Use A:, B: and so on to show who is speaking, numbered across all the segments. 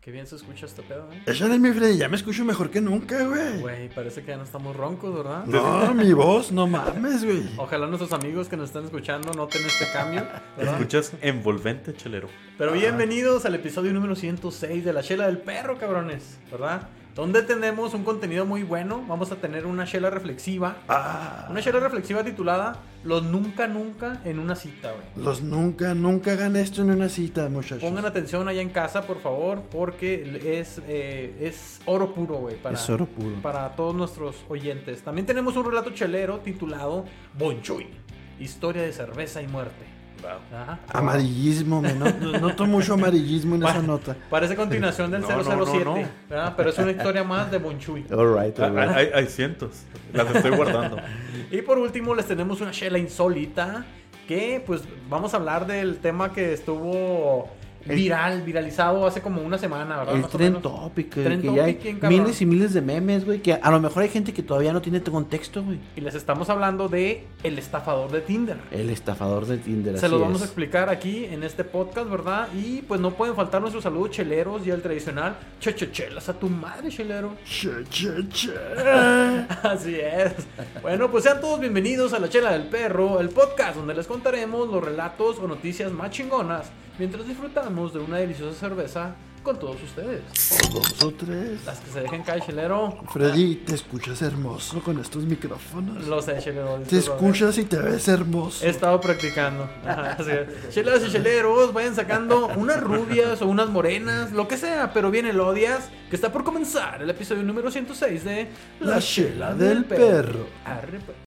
A: Qué bien se escucha este pedo, ¿eh?
B: Esa de mi Freddy, ya me escucho mejor que nunca, güey.
A: Güey, parece que ya no estamos roncos, ¿verdad?
B: No, mi voz, no mames, güey.
A: Ojalá nuestros amigos que nos están escuchando noten este cambio,
C: Ah.
D: ¿Te
A: ¿verdad?
D: escuchas envolvente, chelero.
A: Pero bienvenidos al episodio número 106 de La Chela del Perro, cabrones, ¿verdad? Donde tenemos un contenido muy bueno. Vamos a tener una chela reflexiva.
B: Ah,
A: Una chela reflexiva titulada Los nunca nunca en una cita, güey.
B: los nunca, nunca hagan esto en una cita, muchachos.
A: Pongan atención allá en casa, por favor, porque es, eh, es oro puro, güey. Para,
B: Es oro puro.
A: Para todos nuestros oyentes. También tenemos un relato chelero titulado Bonchuy. Historia de cerveza y muerte.
D: Wow.
A: Ajá.
D: Ah,
B: Amarillismo, me no- no- noto mucho amarillismo en esa nota.
A: Parece continuación del
D: No, no,
A: 007,
D: no, no.
A: ¿verdad? Pero es una historia más de Bonchuy.
B: All right,
D: Ah, Hay, hay- hay cientos. Las estoy guardando.
A: Y por último les tenemos una chela insólita que pues vamos a hablar del tema que estuvo
B: El-
A: viral, viralizado hace como una semana, ¿verdad?
B: El
A: Más o
B: tren
A: menos.
B: topic, que,
A: Trend
B: que
A: topic,
B: ya hay
A: ¿quién, cabrón?
B: miles y miles de memes, güey, que a lo mejor hay gente que todavía no tiene tu contexto, güey.
A: Y les estamos hablando de el estafador de Tinder.
B: El estafador de Tinder,
A: Se
B: así
A: los vamos a
B: es.
A: explicar aquí en este podcast, ¿verdad? Y pues no pueden faltar nuestros saludos cheleros y el tradicional chechechelas a tu madre, chelero.
B: Che, che, che.
A: Así es. Bueno, pues sean todos bienvenidos a La Chela del Perro, el podcast donde les contaremos los relatos o noticias más chingonas mientras disfrutamos de una deliciosa cerveza con todos ustedes.
B: Dos o tres.
A: Las que se dejen caer, chelero.
B: Freddy, te escuchas hermoso con estos micrófonos.
A: Lo sé, chelero.
B: Te
A: discúlpame.
B: escuchas y te ves hermoso.
A: He estado practicando. Ajá, así es. Chelas y cheleros, vayan sacando unas rubias o unas morenas, lo que sea, pero viene el odias, que está por comenzar el episodio número 106 de
B: La Chela del Perro.
A: Arre, pues.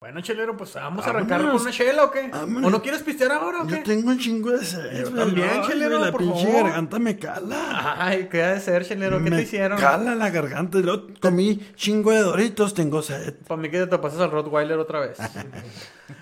A: Bueno, chelero, pues vamos a arrancar con
B: Vámonos.
A: una chela o qué?
B: Vámonos.
A: ¿O no quieres pistear ahora o qué?
B: Yo tengo un chingo de sed, güey.
A: también,
B: Ay,
A: chelero,
B: güey, La
A: por
B: pinche
A: favor.
B: garganta me cala.
A: Ay, qué ha de ser, chelero, ¿qué
B: me
A: te hicieron?
B: Cala la garganta. y Luego comí chingo de doritos, tengo sed.
A: Para mí que Pues, te topases al Rottweiler otra vez.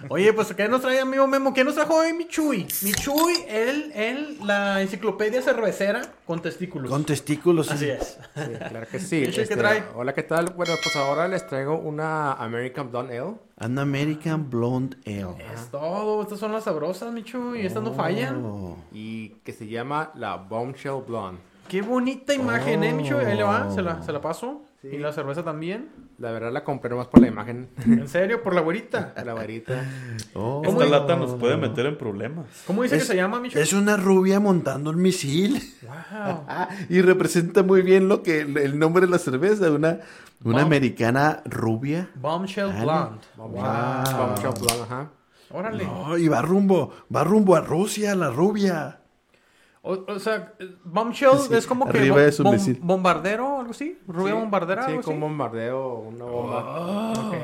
A: Oye, pues ¿qué nos trae amigo Memo? ¿Qué nos trajo hoy Michuy? Michuy, él, él, la enciclopedia cervecera con testículos.
B: Con testículos.
A: Así
B: sí.
A: es.
E: Sí, claro que sí.
A: ¿Y qué
E: Este,
A: trae?
E: Hola, ¿qué tal? Bueno, pues ahora les traigo una American Blonde Ale.
B: An American Blonde Ale.
A: Es todo, estas son las sabrosas, Michuy, estas no fallan.
B: Oh.
E: Y que se llama la Bombshell Blonde.
A: Qué bonita imagen, ¿eh, Michuy? Ahí le va, se la, se la paso.
E: Sí.
A: Y la cerveza también.
E: La verdad la compré más por la imagen.
A: En serio, por la güerita.
E: la varita.
B: Oh.
D: Esta lata nos puede meter en problemas.
A: ¿Cómo dice que se llama, Michuy?
B: Es una rubia montando un misil.
A: Wow.
C: Ah, y representa muy bien lo que el nombre de la cerveza, una, una
A: Wow.
C: americana rubia.
A: Bombshell
C: Dale.
A: Blonde.
E: Bombshell Blonde, ajá.
A: Órale.
B: No, y va rumbo, va rumbo a Rusia, la rubia.
A: O, o sea, eh, Bombshell
C: Sí,
A: es como que
C: arriba
A: bom-
C: de su
A: bom-
C: misil.
A: bombardero, algo así. Rubia
E: Sí,
A: bombardera,
E: Sí,
A: algo así. Oh.
E: con bombardeo, una bomba.
A: Ok.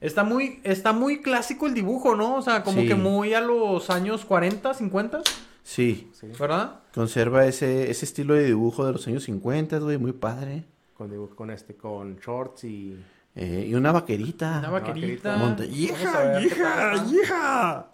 A: Está muy, está muy clásico el dibujo, ¿no? O sea, como
C: Sí.
A: que muy a los años 40, 50,
C: Sí,
A: ¿verdad?
C: conserva ese, ese estilo de dibujo de los años 50, güey, muy padre.
E: Con, dibujo- con este, con shorts y...
C: Eh, y una vaquerita.
A: Una vaquerita.
E: vaquerita.
C: Monta-
A: Vamos a
B: ¡Hija,
A: ver qué
B: hija,
A: pasa.
C: Ah,
B: hija!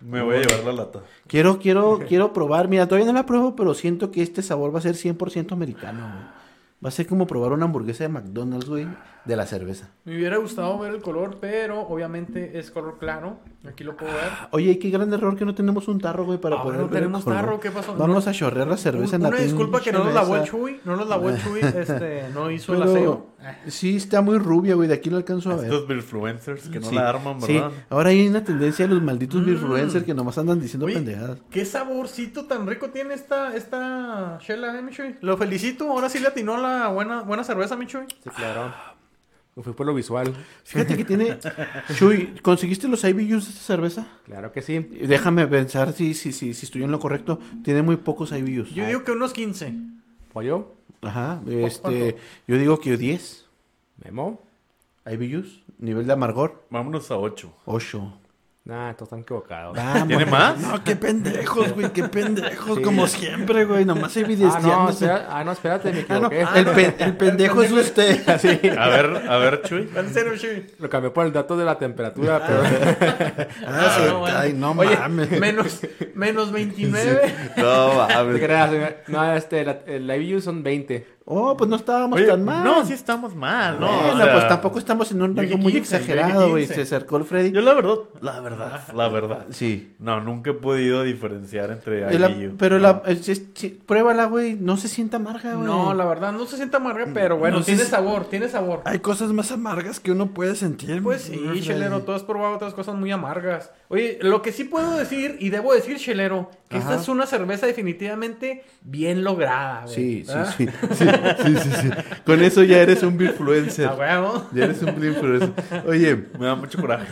D: Me voy a llevar la lata.
C: Quiero, quiero, quiero probar. Mira, todavía no la pruebo, pero siento que este sabor va a ser 100% americano, güey. Va a ser como probar una hamburguesa de McDonald's, güey, de la cerveza.
A: Me hubiera gustado ver el color, pero obviamente es color claro. Aquí lo puedo ver.
C: Oye, qué gran error que no tenemos un tarro, güey, para
A: Ah,
C: poder
A: no
C: ver el
A: tenemos
C: color.
A: tarro, ¿qué pasó?
C: Vamos a chorrear la cerveza en
A: Un-
C: la
A: una disculpa que no nos
C: pinche
A: lavó el
C: mesa.
A: Chuy. No nos lavó el Chuy. Este, no hizo el
C: Pero
A: aseo.
C: Sí, está muy rubia, güey. De aquí lo alcanzo a ver.
D: Estos influencers que no
C: Sí,
D: la arman,
C: sí.
D: ¿verdad?
C: Ahora hay una tendencia de los malditos influencers que nomás andan diciendo
A: Mm. Oye,
C: pendejadas.
A: Qué saborcito tan rico tiene esta, esta Shella, eh, Michuy. Lo felicito, ahora sí le atinó la buena, buena cerveza, Michuy.
E: Sí, claro. Me fui por lo visual.
C: Fíjate que tiene. Chuy, ¿conseguiste los IBUs de esta cerveza?
E: Claro que sí.
C: Déjame pensar si, si, si, si estoy en lo correcto. Tiene muy pocos IBUs.
A: Yo digo que unos 15.
E: Pollo,
C: Ajá. Este, yo digo que 10
E: Memo.
C: IBUs. Nivel de amargor,
D: Vámonos a 8.
C: 8.
E: Nah, estos están equivocados. Ah,
C: Ah,
D: ¿Tiene más?
B: No, qué pendejos, güey, qué pendejos,
E: Sí.
B: como siempre, güey, nomás
E: Ah, no,
B: evidenciándose.
E: espera- ah, no, espérate, me
C: Ah, no,
E: equivoqué.
C: el, pe- el pendejo es usted.
D: A ver, a ver, Chuy.
A: ¿En serio, Michuy?
E: Lo cambié por el dato de la temperatura, pero...
B: Ah,
A: Ah,
B: se-
A: no, bueno.
B: Ay, no
A: Oye,
B: mames.
A: Menos, menos 29.
C: No,
E: No te creas, no, este, la, el IBU son 20.
C: Oh, pues no estábamos
D: Oye,
C: tan mal.
D: No, sí estamos mal, ¿no?
C: Bueno,
D: O sea,
C: pues tampoco estamos en un
D: yo
C: rango
D: que
C: muy
D: 15, yo que
C: exagerado, güey.
D: 15.
C: Se acercó el Freddy.
D: Yo la verdad, la verdad, la verdad.
C: Ah, Sí.
D: No, nunca he podido diferenciar entre
C: Yo la-
D: aguillo.
C: pero
D: No.
C: la, es- es- sí, pruébala, güey. No se sienta amarga, güey.
A: No, la verdad, no se siente amarga, pero bueno,
B: No sé
A: tiene
B: si-
A: sabor, tiene sabor.
B: Hay cosas más amargas que uno puede sentir.
A: Pues
B: mi
A: sí,
B: señor Freddy.
A: Chelero, tú has probado otras cosas muy amargas. Oye, lo que sí puedo decir, y debo decir, Chelero, que esta es una cerveza definitivamente bien lograda, güey.
C: Sí, sí,
A: ¿Ah?
C: sí, sí, sí, sí, sí. Con eso ya eres un influencer.
A: A huevo.
C: Ya eres un influencer. Oye,
D: Me da mucho coraje.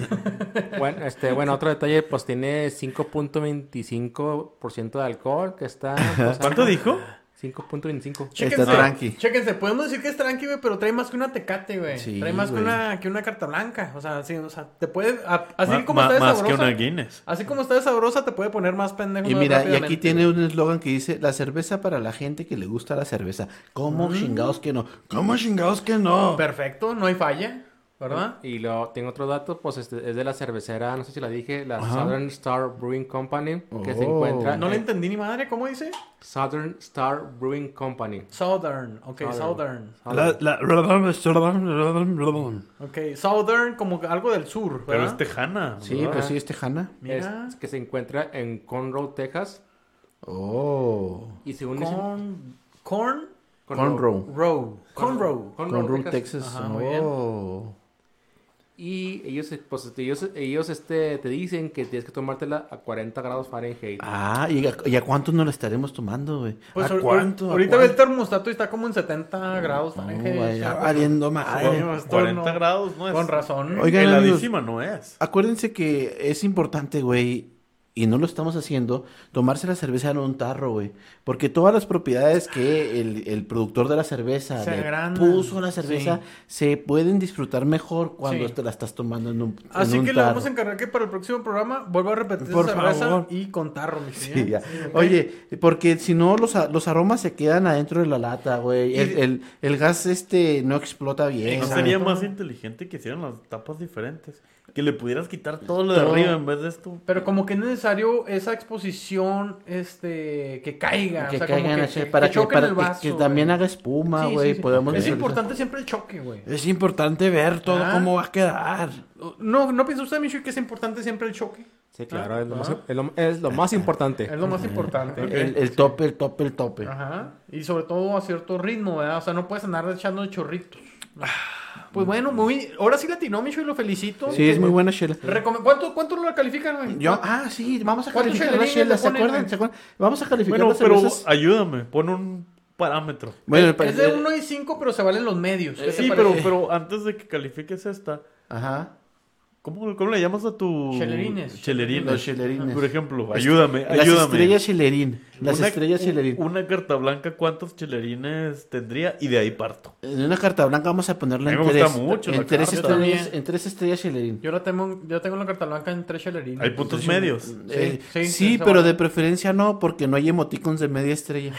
E: Bueno, este, bueno, otro detalle, pues tiene 5.25% de alcohol, que está... pues,
D: ¿Cuánto dijo?
E: 5.25.
A: Chéquense,
C: Está tranqui.
A: Chéquense, podemos decir que es tranqui, güey, pero trae más que una tecate, güey.
C: Sí,
A: trae más
C: güey.
A: que una, que una carta blanca. O sea, sí, o sea, te puede. a- así
D: Ma-
A: como
D: ma-
A: está de
D: más
A: sabrosa.
D: que una Guinness.
A: Así como está de sabrosa, te puede poner más pendejo.
C: y
A: más
C: mira, y aquí
A: rápidamente.
C: tiene un eslogan que dice: La cerveza para la gente que le gusta la cerveza.
A: Mm.
C: ¿Cómo chingados que no?
B: ¿Cómo chingados que no?
A: Perfecto, no hay falla, ¿verdad?
E: Y luego tengo otro dato, pues este, es de la cervecera, no sé si la dije, la Southern Star Brewing Company, que se
C: Oh.
E: encuentra
A: No le
E: en
A: entendí ni madre, ¿cómo dice?
E: Southern Star Brewing Company.
A: Southern, ok, Southern.
E: Southern.
B: La, la...
A: Ok, Southern como que algo del sur,
D: Pero es
A: ¿verdad?
D: tejana.
C: Ah. Sí,
D: ¿verdad?
C: pues sí, es tejana.
A: Mira.
E: Es, que se encuentra en Conroe, Texas.
C: Oh.
E: Y según
A: Corn... Corn...
C: Conroe.
A: Row. Conroe.
C: Conroe, Texas.
A: Ajá, muy bien.
C: Oh.
E: Y ellos, pues, ellos, ellos este, te dicen que tienes que tomártela a 40 grados Fahrenheit.
C: Ah, ¿y a, y a cuánto nos la estaremos tomando, güey?
A: Pues
C: ¿A
A: ahor-
C: cuánto? ¿A
A: ahorita ve el
C: cuánto?
A: termostato y está como en 70 grados Fahrenheit.
C: ah, No, vaya,
A: Ya,
C: valiendo madre.
A: Bueno, esto
D: 40
A: no-
D: grados no es.
A: Con razón.
C: Oigan,
D: Heladísima no es.
C: Acuérdense que es importante, güey, y no lo estamos haciendo, tomarse la cerveza en un tarro, güey. Porque todas las propiedades que el, el productor de la cerveza
A: Se
C: le
A: agrandan.
C: puso a la cerveza
A: Sí.
C: se pueden disfrutar mejor cuando
A: Sí.
C: te la estás tomando en un, en
A: Así
C: un
A: que le
C: tarro.
A: vamos a encargar que para el próximo programa vuelva a repetir
B: Por
A: esa cerveza
B: favor.
A: y contarlo, mi
C: Sí,
A: señor.
C: ya.
A: Sí, ok.
C: Oye, porque si no, los, a- los aromas se quedan adentro de la lata, güey. El, el- el gas este no explota bien.
D: No
C: güey.
D: sería más inteligente que hicieran las tapas diferentes. Que le pudieras quitar todo lo de
C: Todo.
D: arriba en vez de esto.
A: Pero como que es necesario esa exposición, este, que caiga.
C: Que
A: o sea, como
C: caigan así, para que,
A: choque en
C: para
A: el
C: que-
A: vaso,
C: que
A: güey.
C: también haga espuma,
A: Sí, sí,
C: güey.
A: sí.
C: Podamos
A: Es
C: visualizar.
A: importante siempre el choque, güey.
B: Es importante ver todo
A: Ah.
B: cómo va a quedar.
A: ¿No, ¿No piensa usted, Michu, que es importante siempre el choque?
E: Sí, claro,
A: Ah,
E: es, lo más,
A: ah.
E: es, lo, es lo más importante.
A: Es lo más importante.
C: El, el tope, el tope, el tope.
A: Ajá. Y sobre todo a cierto ritmo, ¿verdad? O sea, no puedes andar echando chorritos. ¿no? Pues bueno, muy... ahora sí latinó, Michu, y lo felicito.
C: Ah, Sí, es muy buena chela.
A: Recome- ¿Cuánto, ¿Cuánto lo califican, güey?
C: Yo, ah, sí, vamos a
A: ¿Cuántos
C: calificar las
A: chelines
C: chelas,
A: le
C: ¿se
A: ponen,
C: acuerdan?
A: güey?
C: ¿Se acuerdan? Vamos a calificar
D: Bueno,
C: las
D: pero
C: cervezas.
D: ayúdame, pon un parámetro.
C: Bueno, el
A: es de
C: parecer- Eh,
A: 1 y 5, pero se valen los medios. ¿Qué te
D: Sí,
A: parece?
D: pero, pero antes de que califiques esta,
C: Ajá.
D: ¿cómo, cómo le llamas a tu.
A: Chelerines.
D: Chelerines.
C: Los chelerines.
D: Por ejemplo, ayúdame,
C: Las
D: ayúdame.
C: estrellas chelerín. Las
D: Una-
C: estrellas chelerín.
D: Una carta blanca, ¿cuántos chelerines tendría? Y de ahí parto.
C: En una carta blanca vamos a ponerla
D: A mí
C: en
D: me
C: tres,
D: gusta mucho la
C: en, tres
D: carta.
C: estrellas,
A: También.
C: en tres estrellas chelerín.
A: Yo la tengo, yo tengo la carta blanca en tres chelerines.
D: Hay puntos medios.
C: Eh,
A: sí,
C: Sí,
A: sí, se
C: pero
A: vale.
C: de preferencia no, porque no hay emoticons de media estrella.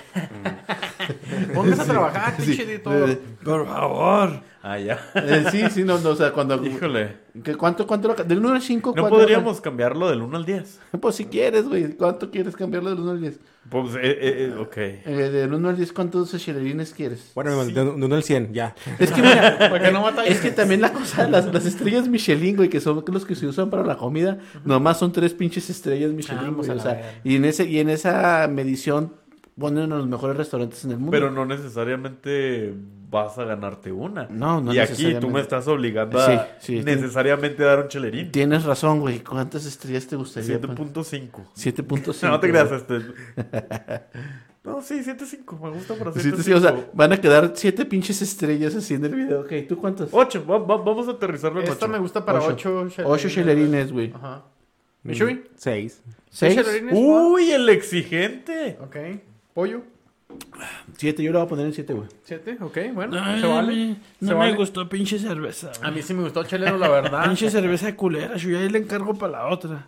A: Póngase a trabajar,
C: Sí.
A: Ah, pinche editor.
C: Eh,
B: Por favor.
D: Ah, ya.
C: eh, sí, sí, no, no, o sea, cuando...
D: Híjole.
C: ¿Qué- ¿Cuánto, cuánto? lo- Del 1 al 5,
D: No podríamos cambiarlo del 1 al 10.
C: Pues si quieres, güey. ¿Cuánto quieres cambiarlo del 1 al 10?
D: Pues, eh, eh, eh, ok.
C: Eh, del 1 al 10, ¿cuántos chelerines quieres?
E: Bueno, de, de uno al 100, ya.
C: Es que mira,
A: Para que no batalle.
C: Es que también la cosa, las, las estrellas Michelin, güey, que son los que se usan para la comida, nomás son tres pinches estrellas Michelin,
A: Ah, pues
C: güey,
A: a
C: o
A: la
C: sea,
A: verga.
C: y en, ese, y en esa medición ponen a los mejores restaurantes en el mundo.
D: Pero no necesariamente vas a ganarte una.
C: No, no
D: Y aquí tú
C: necesariamente.
D: me estás obligando a
C: Sí, sí.
D: necesariamente dar un chelerín.
C: Tienes razón, güey, ¿cuántas estrellas te gustaría? pon-
D: 7.5.
C: 7.5.
D: No, no te
C: güey.
D: creas. Este... No, sí, 7.5. Me gusta para
C: Sí, sí, sí,
D: 7.5.
C: o sea, van a quedar siete pinches estrellas así en el video. Ok, ¿tú cuántas?
D: 8. vamos a aterrizarlo en
A: Esta
D: 8.
A: me gusta para
C: Ocho.
A: 8
C: Ocho chelerines, güey.
A: Ajá.
E: Mm,
A: ¿Michui?
E: Seis.
C: ¿Seis? Uh.
A: chelerines?
D: Uy, el exigente.
A: Ok. ¿Pollo?
C: Siete, yo lo voy a poner en siete, güey.
A: ¿Siete? Ok, bueno.
B: No,
A: ¿Se
B: no
A: vale?
B: me- no
A: ¿Se
B: me
A: vale? Ah.
B: gustó pinche cerveza.
A: A
B: güey.
A: mí sí me gustó Chelero, la verdad.
B: Pinche cerveza culera. Yo ya le encargo para la otra.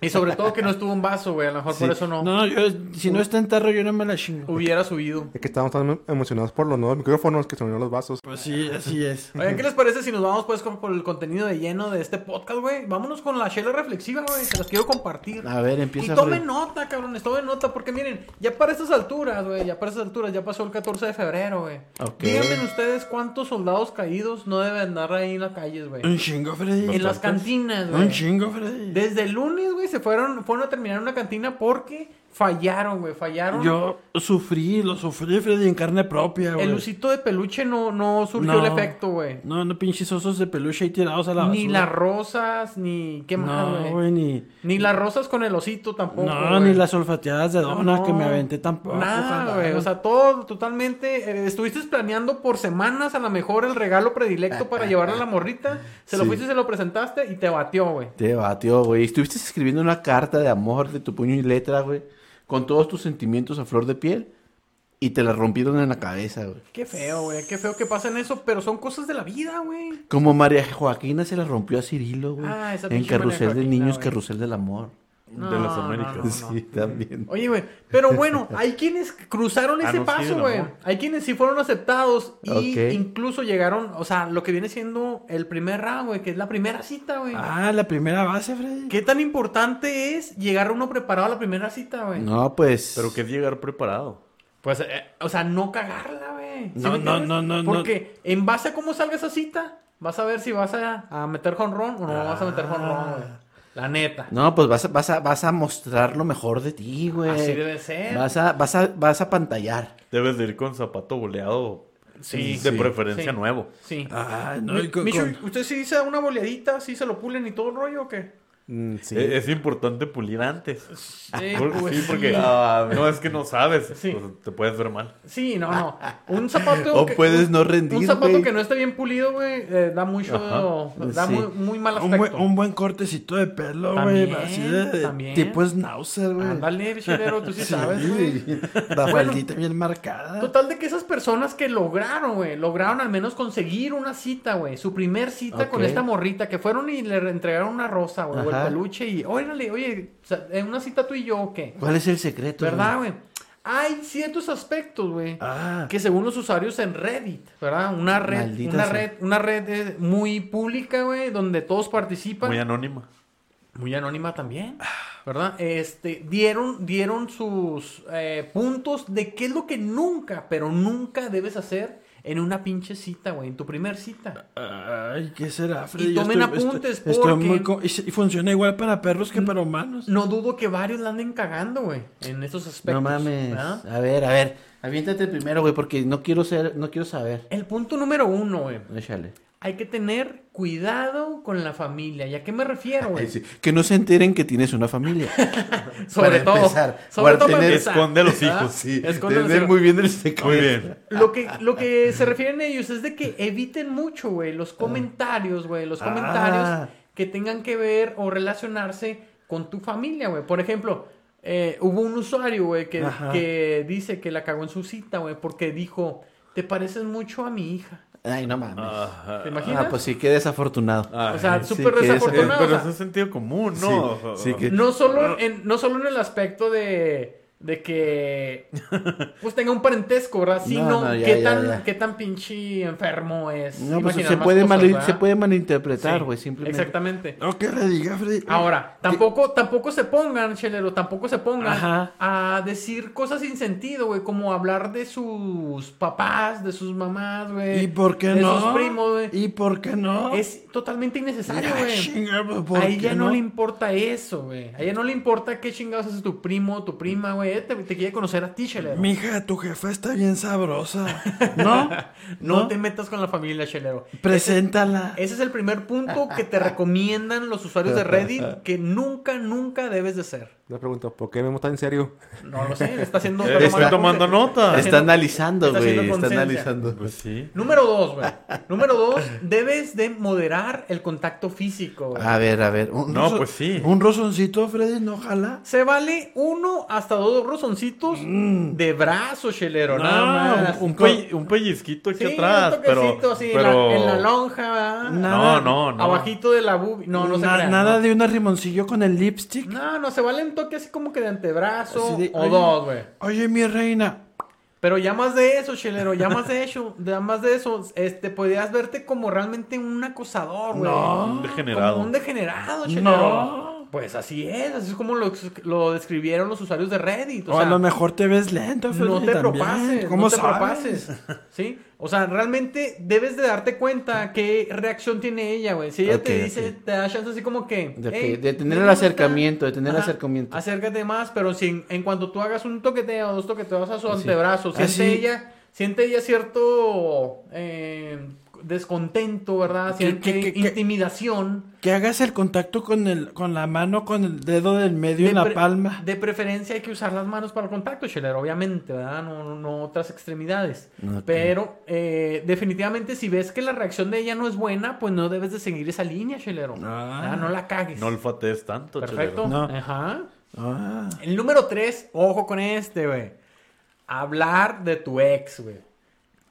A: Y sobre todo que no estuvo un vaso, güey. A lo mejor por eso no,
C: No, yo, si no está en tarro, yo no me la chingo.
A: hubiera subido.
F: Es que estábamos tan emocionados por los nuevos micrófonos que se unieron los vasos.
B: Pues sí, así es.
A: Oye, ¿qué les parece si nos vamos pues con, por el contenido de lleno de este podcast, güey? Vámonos con la chela reflexiva, güey. Se las quiero compartir.
C: A ver, empieza.
A: Y tomen
C: Freddy.
A: nota, cabrones, tomen nota, porque miren, ya para estas alturas, güey, ya para estas alturas, ya pasó el 14 de febrero, güey.
C: Ok.
A: Díganme ustedes cuántos soldados caídos no deben andar ahí en las calles, güey.
B: Un chingo, Freddy.
A: En las cantinas,
B: Mm, Un
A: güey.
B: chingo, Freddy.
A: Desde el lunes, güey, se fueron, fueron a terminar en una cantina porque fallaron, güey, fallaron.
B: Yo sufrí, lo sufrí, Freddy, en carne propia, güey.
A: el lucito de peluche no, no surgió
B: No.
A: el efecto, güey.
B: No, no pinches osos de peluche ahí tirados a la basura.
A: Ni las rosas, ni qué más,
B: No,
A: güey.
B: güey, ni...
A: Ni las rosas con el osito tampoco.
B: No,
A: güey.
B: ni las solfateadas de
A: No,
B: dona que me
A: no.
B: aventé tampoco.
A: Nada,
B: ojalá.
A: güey. O sea, todo totalmente. eh, estuviste planeando por semanas a lo mejor el regalo predilecto para llevarle a la morrita. Se lo
C: Sí.
A: fuiste, se lo presentaste y te batió, güey.
C: Te batió, güey. Estuviste escribiendo una carta de amor de tu puño y letra, güey. Con todos tus sentimientos a flor de piel. Y te la rompieron en la cabeza, güey.
A: Qué feo, güey. Qué feo que pasen eso, pero son cosas de la vida, güey.
C: Como María Joaquina se la rompió a Cirilo, güey.
A: Ah, esa
C: en
A: pinche María
C: Carrusel de
A: Joaquina,
C: Niños,
A: güey.
C: Carrusel del Amor.
A: No,
D: de las
A: no,
D: Américas.
A: no, no.
C: sí, también.
A: Oye, güey, pero bueno, hay quienes cruzaron
D: Ah,
A: ese
D: no, sí,
A: paso,
D: el
A: güey.
D: amor.
A: Hay quienes sí fueron aceptados y
C: Ok.
A: incluso llegaron, o sea, lo que viene siendo el primer round, güey, que es la primera cita, güey.
B: Ah, la primera base, Freddy.
A: ¿Qué tan importante es llegar uno preparado a la primera cita, güey?
C: No, pues.
D: Pero que es llegar preparado.
A: Pues, eh, o sea, no cagarla, güey.
B: No,
A: me
B: no,
A: entiendes?
B: no, no, no.
A: Porque en base a cómo salga esa cita, vas a ver si vas a, a meter jonrón o no
B: Ah.
A: vas a meter jonrón, güey. La neta.
C: No, pues vas a, vas a, vas a mostrar lo mejor de ti, güey.
B: eh,
A: Así debe ser.
C: Vas a, vas a, vas a pantallar.
D: Debes de ir con zapato boleado.
A: Sí,
D: De
A: sí,
D: preferencia
A: sí.
D: nuevo.
A: Sí.
B: Ah, no,
A: Mi-
B: y con-
A: Michu,
B: con-
A: ¿usted sí hizo una boleadita? ¿Sí se lo pulen y todo el rollo o qué?
C: Mm,
F: sí.
D: E- Es importante pulir antes.
B: Ah,
A: Sí,
D: Por-
A: pues,
D: sí, porque no es que no sabes.
A: Sí.
D: pues, te puedes ver mal.
A: Sí, no, no. Un zapato.
C: O
A: que-
C: puedes no
A: Un
C: rendir,
A: zapato
C: güey.
A: que no esté bien pulido, güey, eh, da mucho.
C: Ajá.
A: Da
C: Sí.
A: muy, muy mal
B: un, buen,
A: aspecto.
B: un buen cortecito de pelo,
A: También,
B: güey. Así de
A: también.
B: tipo schnauzer, güey.
A: Ándale, bichilero, tú sí
B: Sí,
A: sabes, güey.
B: La faldita bien marcada.
A: Total de que esas personas que lograron, güey, lograron al menos conseguir una cita, güey, su primer cita con
C: Ok.
A: esta morrita, que fueron y le entregaron una rosa, güey, o el
C: Ajá.
A: peluche y, órale, oye, o sea, ¿en una cita tú y yo o qué?
C: ¿Cuál es el secreto?
A: ¿Verdad,
C: güey?
A: güey? Hay ciertos aspectos, güey,
B: Ah,
A: que según los usuarios en Reddit, ¿verdad? Una red,
C: Maldita
A: una
C: sea.
A: red, una red eh, muy pública, güey, donde todos participan
D: Muy anónima.
A: muy anónima también, ¿verdad? Este, dieron, dieron sus eh, puntos de qué es lo que nunca, pero nunca debes hacer en una pinche cita, güey, en tu primer cita.
B: ay, ¿qué será, Freddy?
A: Y
B: Yo
A: tomen
B: estoy-
A: apuntes,
B: estoy- estoy
A: porque-
B: muy co- y, se- y funciona igual para perros que para humanos.
A: No dudo que varios la anden cagando, güey, en estos aspectos.
C: No mames.
A: ¿verdad?
C: A ver, a ver. Aviéntate primero, güey, porque no quiero ser, no quiero saber.
A: El punto número uno, güey,
C: Échale.
A: hay que tener cuidado con la familia. ¿Y a qué me refiero, güey?
C: Sí, Que no se enteren que tienes una familia.
A: Sobre
C: Para
A: todo,
C: empezar,
A: sobre todo
C: guarden-
A: para empezar,
D: Esconde a los
A: ¿verdad?
D: hijos, sí.
A: Esconde a los
C: Entender
A: hijos.
C: muy bien el secreto.
D: Muy bien.
A: Lo que, lo que se refieren ellos es de que eviten mucho, güey, los comentarios, güey, los comentarios
C: Ah.
A: que tengan que ver o relacionarse con tu familia, güey. Por ejemplo, eh, hubo un usuario, güey, que,
B: Ajá.
A: que dice que la cagó en su cita, güey, porque dijo, te pareces mucho a mi hija.
C: Ay, no mames.
D: Ajá.
A: ¿Te imaginas?
C: Ah, pues sí, qué desafortunado.
D: Ah.
A: o sea,
C: Ay, sí,
A: súper
C: que es-
D: Eh,
A: desafortunado. o
D: pero
A: sea,
D: eso es sentido común, ¿no?
C: Sí, sí que-
A: no, solo en, no solo en el aspecto de... De que pues tenga un parentesco, ¿verdad? Sino
C: No, no, ya,
A: qué
C: ya,
A: tan,
C: ya.
A: qué tan pinche enfermo es.
C: No, pues
A: Imaginar
C: se
A: más
C: puede,
A: cosas,
C: mal-
A: ¿verdad?
C: se puede malinterpretar,
A: Sí,
C: güey, simplemente.
A: Exactamente.
B: No, que le diga, Freddy.
A: Ahora, tampoco, tampoco se pongan, chelero, tampoco se pongan
B: Ajá.
A: a decir cosas sin sentido, güey, como hablar de sus papás, de sus mamás, güey.
B: ¿Y por qué
A: eh, de
B: no?
A: sus primos, güey.
B: ¿Y por qué no?
A: Es totalmente innecesario,
B: Ah,
A: güey.
B: chinga, pues, ¿por
A: A
B: qué
A: ella no? le importa eso, güey. A ella no le importa qué chingados es tu primo, tu prima, güey. Ella Te, te quiere conocer a ti, chelero.
B: Mija, tu jefa está bien sabrosa. ¿No?
A: No, te metas con la familia, chelero.
B: Preséntala.
A: Ese es el primer punto que te recomiendan los usuarios de Reddit que nunca, nunca debes de ser.
F: Una pregunta, ¿por qué Memo está en serio?
A: No lo sé, está haciendo.
D: Estoy tomando nota.
C: Está analizando,
A: está
C: güey.
A: haciendo
C: Está
A: conciencia.
C: analizando.
D: Pues sí.
A: Número dos, güey. Número dos, debes de moderar el contacto físico. güey.
C: A ver, a ver. un
D: No,
C: rozo-
D: pues sí.
C: Un rozoncito, Freddy, no jala.
A: Se vale uno hasta dos rozoncitos de brazo, chelero.
D: No,
A: nada más.
D: un, un pell- un pellizquito aquí
A: Sí,
D: atrás,
A: un toquecito
D: pero,
A: así, en la-
D: pero...
A: en la lonja. ¿verdad?
D: No, no, no.
A: Abajito de la bubi. No, no se
C: Na-
A: crean,
C: Nada
A: no.
C: de un arrimoncillo con el lipstick.
A: No, no, se vale un toque así como que de antebrazo
C: Así de,
A: o
C: oye.
A: dos, güey.
C: Oye, mi reina.
A: Pero ya más de eso, chelero, ya más de eso, ya más de eso, este, podías verte como realmente un acosador, güey.
D: Un degenerado.
A: Como un degenerado, chelero.
C: No.
A: Pues así es, así es como lo, lo describieron los usuarios de Reddit. O,
C: O a
A: sea,
C: lo mejor te ves lento, Freddy.
A: no te
C: también.
A: propases,
C: ¿Cómo
A: no te
C: sabes?
A: propases, ¿sí? O sea, realmente debes de darte cuenta qué reacción tiene ella, güey. Si ella
C: Ok,
A: te dice,
C: ok.
A: te da chance así como que...
C: De,
A: "Hey,
C: que- de tener
A: me
C: el
A: gusta".
C: acercamiento, de tener el
A: Ajá,
C: acercamiento.
A: Acércate más, pero sin, en cuanto tú hagas un toqueteo, dos toqueteos a su
C: Pues
A: antebrazo, siente
C: Así.
A: ella, siente ella cierto eh, descontento, ¿verdad?
C: ¿Qué-
A: Siente
C: qué- qué- qué?
A: intimidación.
C: Que hagas el contacto con el, con la mano, con el dedo del medio
A: De
C: en la
A: pre-
C: palma.
A: De preferencia hay que usar las manos para el contacto, chelero, obviamente, ¿verdad? No, no, no otras extremidades.
C: Ok.
A: Pero eh, definitivamente si ves que la reacción de ella no es buena, pues no debes de seguir esa línea, chelero.
C: Ah.
A: Ah, no la cagues.
D: No olfatees tanto,
A: Perfecto.
D: chelero.
C: No.
A: Ajá.
C: Ah.
A: El número tres, ojo con este, güey. Hablar de tu ex, güey.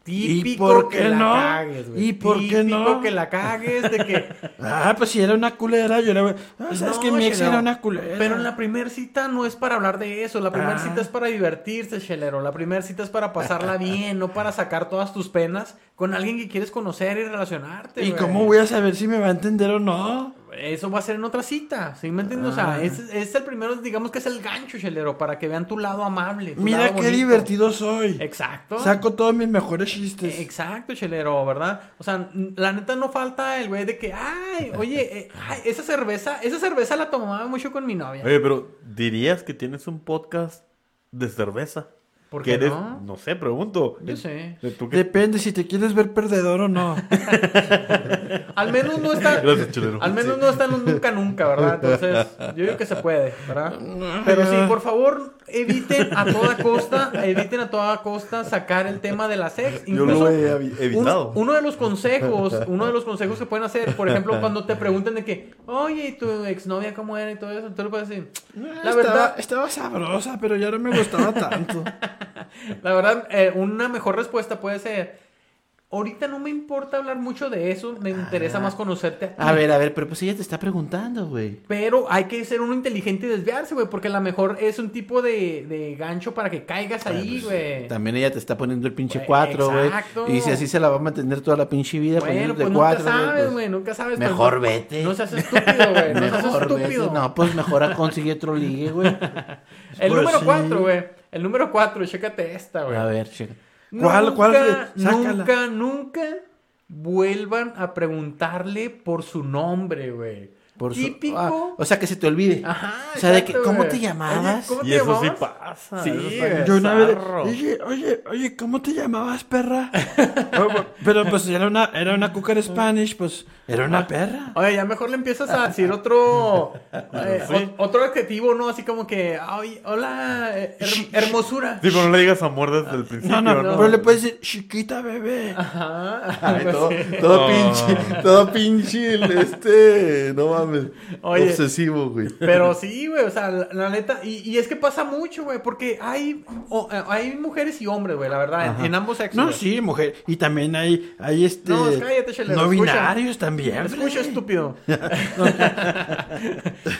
A: Típico
C: por qué
A: que la
C: no?
A: cagues, güey.
C: ¿Y por qué
A: Típico
C: no?
A: que la cagues de que
C: Ah, pues si era una culera, yo le voy. Ah, sabes
A: No,
C: que mi ex
A: chelero.
C: era una culera.
A: Pero en la primera cita no es para hablar de eso. La primera
C: Ah.
A: cita es para divertirse, chelero. La primera cita es para pasarla bien, no para sacar todas tus penas con alguien que quieres conocer y relacionarte.
C: ¿Y
A: güey.
C: cómo voy a saber si me va a entender o no?
A: Eso va a ser en otra cita. ¿Sí me entiendes? O sea,
C: Ah.
A: es, es el primero, digamos que es el gancho, chelero, para que vean tu lado amable. tu
C: Mira
A: Pues lado
C: qué
A: bonito.
C: divertido soy.
A: Exacto. E,
C: Saco todos mis mejores chistes.
A: Exacto, chelero, ¿verdad? O sea, n- la neta no falta el güey de que, ay, oye, eh, ay, esa cerveza, esa cerveza la tomaba mucho con mi novia.
D: Oye, pero dirías que tienes un podcast de cerveza.
A: ¿Por
D: Que
A: qué
D: eres-
A: no?
D: No sé, pregunto.
A: Yo sé.
D: De tú que-
C: Depende si te quieres ver perdedor o no.
A: Al menos no está.
D: Gracias, chelero.
A: Al menos no están los nunca nunca, ¿verdad? Entonces, yo digo que se puede, ¿verdad? Pero sí, por favor, eviten a toda costa, eviten a toda costa sacar el tema de las ex.
D: Yo
A: Incluso
D: lo he evi-
A: un-
D: evitado.
A: uno de los consejos, uno de los consejos que pueden hacer, por ejemplo, cuando te pregunten de que, oye, ¿y tu exnovia cómo era y todo eso? pues, Tú le puedes decir, la
C: estaba,
A: verdad,
C: Estaba sabrosa, pero ya no me gustaba tanto.
A: La verdad, eh, una mejor respuesta puede ser, ahorita no me importa hablar mucho de eso, me interesa más conocerte a ti".
C: A ver, a ver, pero pues ella te está preguntando, güey.
A: Pero hay que ser uno inteligente y desviarse, güey, porque a lo mejor es un tipo de, de gancho para que caigas ahí, güey.
C: También ella te está poniendo el pinche
A: Eh. Güey,
C: 4, güey.
A: exacto.
C: Y si así se la va a mantener toda la pinche vida
A: Bueno,
C: poniéndote
A: pues nunca
C: 4.
A: sabes, güey, nunca sabes. pero
C: mejor
A: no-
C: vete.
A: No seas estúpido, güey, no seas
C: mejor vete.
A: estúpido.
C: No, pues mejor a- consigue otro ligue, güey.
A: El
C: Pues
A: número
C: sí.
A: cuatro, güey, el número cuatro, chécate esta, güey.
C: A ver, chica.
A: ¿Cuál,
C: ¿Cuál,
A: cuál?
C: cuál? Sácala.
A: Nunca, nunca vuelvan a preguntarle por su nombre, güey.
C: Por su-
A: Típico.
C: ah, o sea, que se te olvide.
A: Ajá.
C: o sea, de que,
A: exacto,
C: ¿cómo
A: güey.
C: te
A: Oye,
C: llamabas?
A: ¿Cómo
D: Y
A: te
D: eso sí
A: llamabas?
D: pasa.
A: Sí,
D: eso está
A: güey.
C: Yo una vez,
D: bizarro.
C: oye, oye, oye, ¿cómo te llamabas, perra? Pero pues era una, era una cooker Spanish, pues era una perra.
A: Oye, ya mejor le empiezas a decir otro eh,
D: Sí.
A: o- otro adjetivo, ¿no? Así como que, ay, hola, eh, her- hermosura.
D: Sí, pero no le digas amor desde el principio,
C: No,
D: ¿no?
C: no, pero le puedes decir, chiquita bebé.
A: Ah, Ajá.
C: Ay,
A: algo
C: todo,
A: así.
C: todo
D: No.
C: pinche, todo pinche, el, este, no mames,
A: Oye.
C: obsesivo, güey.
A: Pero sí, güey, o sea, la, la neta, y, y es que pasa mucho, güey, porque hay, o- eh, hay mujeres y hombres, güey, la verdad, en, en ambos sexos.
C: No,
A: güey.
C: sí, mujer, y también hay, hay este,
A: No, cállate, chelero,
C: no
A: escucha.
C: binarios también.
A: Escucha,
C: Freddy.
A: estúpido.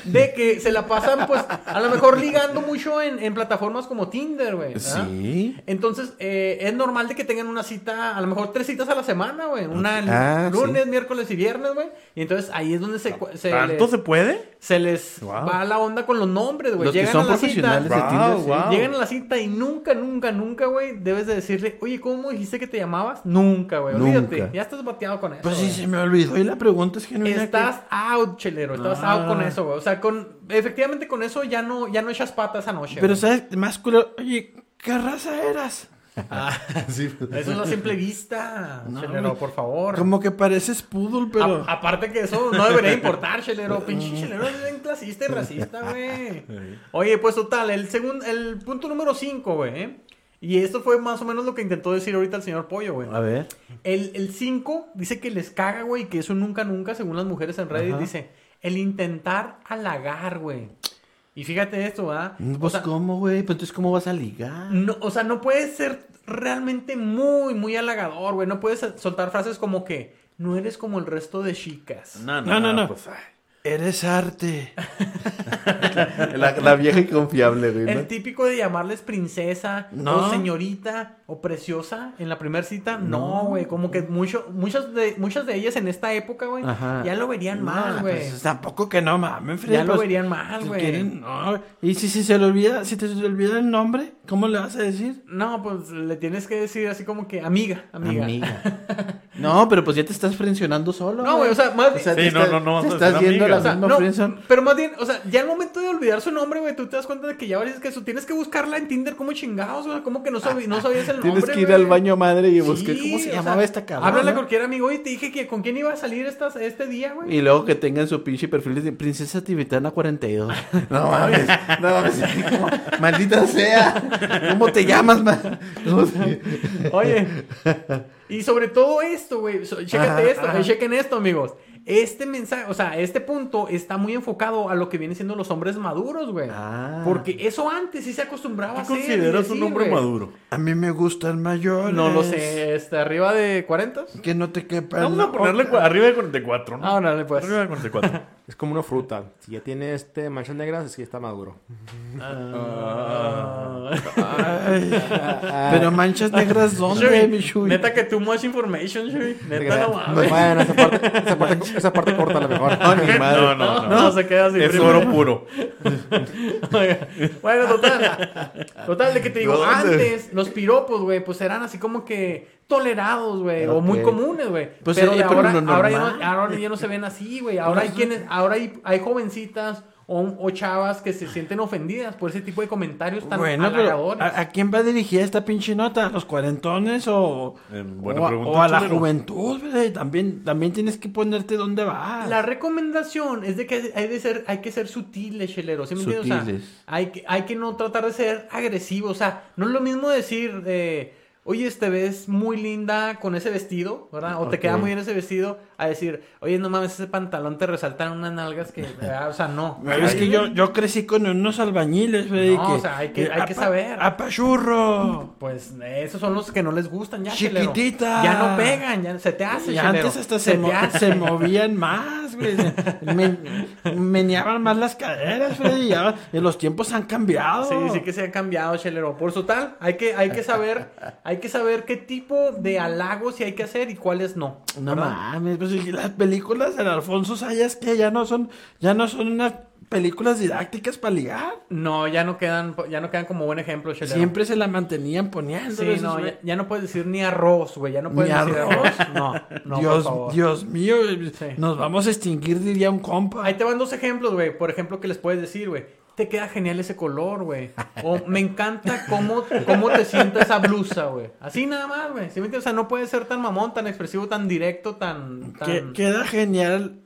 A: de que se la pasan, pues, a lo mejor ligando mucho en, en plataformas como Tinder, güey. ¿ah? ¿verdad?
C: Sí.
A: Entonces, eh, es normal de que tengan una cita, a lo mejor tres citas a la semana, güey. Una l-
C: Ah,
A: lunes, miércoles y viernes, güey. Y entonces ahí es donde se, cu- se,
D: ¿Tanto
A: les,
D: se puede?
A: se les
D: Wow.
A: va la onda con los nombres, güey.
C: Los que
A: Llegan
C: son
A: a la cita.
C: profesionales
D: Wow,
C: de Tinder, sí.
D: wow.
A: Llegan a la cita y nunca, nunca, nunca, güey, debes de decirle, oye, ¿cómo dijiste que te llamabas? Nunca, güey. Olvídate.
C: Nunca.
A: Ya estás bateado con eso.
C: Pues sí,
A: güey.
C: se me olvidó, y la pregunta es genuina. que-
A: Estás out, chelero. Estás
C: Ah.
A: out con eso, güey. O sea, con efectivamente con eso ya no, ya no echas patas anoche.
C: Pero
A: güey.
C: sabes, más culero, oye, ¿qué raza eras?
A: Ah,
C: Sí. pues.
A: eso es la simple vista,
C: No,
A: Chelero,
C: güey.
A: por favor.
B: Como que pareces poodle, pero.
A: A- aparte que eso no debería importar, chelero. Pinche chelero es bien clasista y racista, güey. Oye, pues total, el segun- el punto número 5, güey. ¿eh? Y esto fue más o menos lo que intentó decir ahorita el señor Pollo, güey.
C: A ver.
A: El 5 dice que les caga, güey, que eso nunca, nunca, según las mujeres en redes, dice el intentar halagar, güey. Y fíjate esto, ¿verdad?
C: Mm,
A: O
C: Pues
A: sea,
C: cómo, güey. Pues entonces, ¿cómo vas a ligar?
A: no, o sea, no puedes ser realmente muy, muy halagador, güey. No puedes soltar frases como que no eres como el resto de chicas.
D: No,
B: No, no, no.
D: pues, ay.
B: Eres arte.
C: La, la vieja y confiable, güey.
A: El
C: ¿no?
A: típico de llamarles princesa
B: No.
A: o señorita o preciosa en la primera cita, no, güey. Como que mucho, muchas, de, muchas de ellas en esta época, güey,
C: Ajá.
A: ya lo verían mal,
B: No,
A: güey.
B: pues, tampoco que no mames, Freddy.
A: ya lo
B: pues,
A: verían mal,
B: si
A: güey.
B: quieren- no. Y si, si se le olvida, si te se le olvida el nombre, ¿cómo le vas a decir?
A: No, pues le tienes que decir así como que amiga, amiga.
C: Amiga. No, pero pues ya te estás frencionando solo.
A: No, güey, o sea, más bien-
C: te
D: Sí, no,
C: estás-
D: no, no vas
C: Te
D: a
C: estás
D: decir
C: yendo a
D: amiga.
C: la
A: O sea,
C: misma
A: no,
C: friendzone.
A: pero más bien, o sea, ya al momento de olvidar su nombre, güey, tú te das cuenta de que ya varias que eso tienes que buscarla en Tinder como chingados, güey, como que no, sabi- no sabías el nombre.
C: Tienes que ir
A: güey?
C: al baño madre y buscar
A: Sí,
C: cómo se
A: o
C: llamaba
A: sea,
C: esta cabrona.
A: Háblale a cualquier amigo y te dije que con quién iba a salir estas, este día, güey.
C: Y luego que tengan su pinche perfil de Princesa Tibetana 42. No mames, no mames. ¿cómo? Maldita sea. ¿Cómo te llamas, man? ¿Cómo se-
A: Oye. Y sobre todo esto, güey. so- chécate
C: Ajá,
A: esto, eh, chequen esto, amigos. Este mensaje, o sea, este punto está muy enfocado a lo que vienen siendo los hombres maduros, güey.
C: Ah.
A: Porque eso antes Ah, sí se acostumbraba a
D: ¿Qué
A: hacer. y
D: consideras
A: decir,
D: un hombre
A: güey.
D: maduro?
B: A mí me gustan mayores.
A: No
C: Pues
A: lo sé, este, arriba de 40.
B: Que Pues no te quepa.
D: Vamos a ponerle cua- arriba de 44, ¿no?
A: Ah, órale, pues.
D: Arriba de 44.
F: Es como una fruta. Si ya tiene este manchas negras, es que está maduro.
A: ah,
E: Ah,
F: Ah,
B: Pero manchas negras, ¿dónde,
A: Chuy,
B: mi Chuy?
A: Neta que too much information, Chuy. Neta no mames.
F: Bueno, esa parte, esa parte, esa parte corta a lo mejor.
E: Ah,
D: No, no, no.
A: No, se queda así.
D: Es
A: primero.
D: oro puro.
A: Oiga, bueno, total. Total, de que te digo,
C: ¿Dónde?
A: antes los piropos, güey, pues eran así como que tolerados, güey, o
C: Ok.
A: muy comunes, güey.
C: Pues,
A: pero
C: eh,
A: de
C: pero
A: ahora,
C: lo
A: ahora, ya
C: normal.
A: no, ahora ya no se ven así, güey. Ahora hay quienes, ahora hay, hay jovencitas o, o chavas que se sienten ofendidas por ese tipo de comentarios tan
B: Bueno, pero
A: halagadores.
B: ¿a, a quién va dirigida esta pinche nota? ¿A los cuarentones o,
D: Eh, buena
B: o a,
D: pregunta,
B: o a la
D: Chelero.
B: juventud? güey? También, también tienes que ponerte dónde vas.
A: La recomendación es de que hay, de ser, hay que ser sutiles, chelero. ¿Sí me entiendes? O sea,
C: Sutiles.
A: hay, que, hay que no tratar de ser agresivo. O sea, no es lo mismo decir, eh, oye, te ves muy linda con ese vestido, ¿verdad? O te
C: Ok.
A: queda muy bien ese vestido, a decir, oye, no mames, ese pantalón te resaltan unas nalgas que, ¿verdad? o sea, no.
B: Pero es que yo, yo crecí con unos albañiles, güey.
A: No, o sea, hay que- hay que
B: apa-
A: saber.
B: ¡Apachurro!
A: Pues esos son los que no les gustan ya, chelero.
B: Chiquitita.
A: Ya no pegan, ya se te hace,
B: Y
A: Ah, chelero.
B: antes hasta
A: se,
B: se,
A: te
B: mo-
A: hace.
B: se movían más, güey. Se- men- meneaban más las caderas, Freddy. ya- y los tiempos han cambiado.
A: Sí, sí que se han cambiado, chelero. Por su tal, hay que, hay que saber, hay que saber qué tipo de halagos sí hay que hacer y cuáles no.
B: No
A: ¿verdad?
B: mames, pues y las películas del Alfonso Sayas que ya no son, ya no son unas películas didácticas para ligar.
A: No, ya no quedan, ya no quedan como buen ejemplo, chelero.
B: Siempre se la mantenían poniendo.
A: Sí, no, ya, ya no puedes decir ni arroz, güey. Ya no puedes
B: Ni
A: decir
B: arroz.
A: arroz. No, no, por favor.
B: Dios, Dios mío, eh,
A: Sí.
B: nos vamos a extinguir, diría un compa.
A: Ahí te van dos ejemplos, güey. Por ejemplo, que les puedes decir, güey. Te queda genial ese color, güey. O me encanta cómo, cómo te sienta esa blusa, güey. Así nada más, güey. ¿Sí me entiendes? O sea, no puede ser tan mamón, tan expresivo, tan directo, tan. tan...
B: Que- queda genial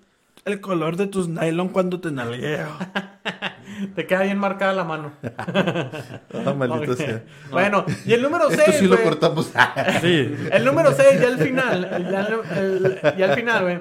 B: el color de tus nylon cuando te nalgueo.
A: Te queda bien marcada la mano.
C: Ah, maldita
A: Ok.
C: sea.
A: Bueno, y el número 6.
C: Esto sí lo cortamos.
D: Sí.
A: El número 6, ya al final. Ya, al- el- ya al final, güey.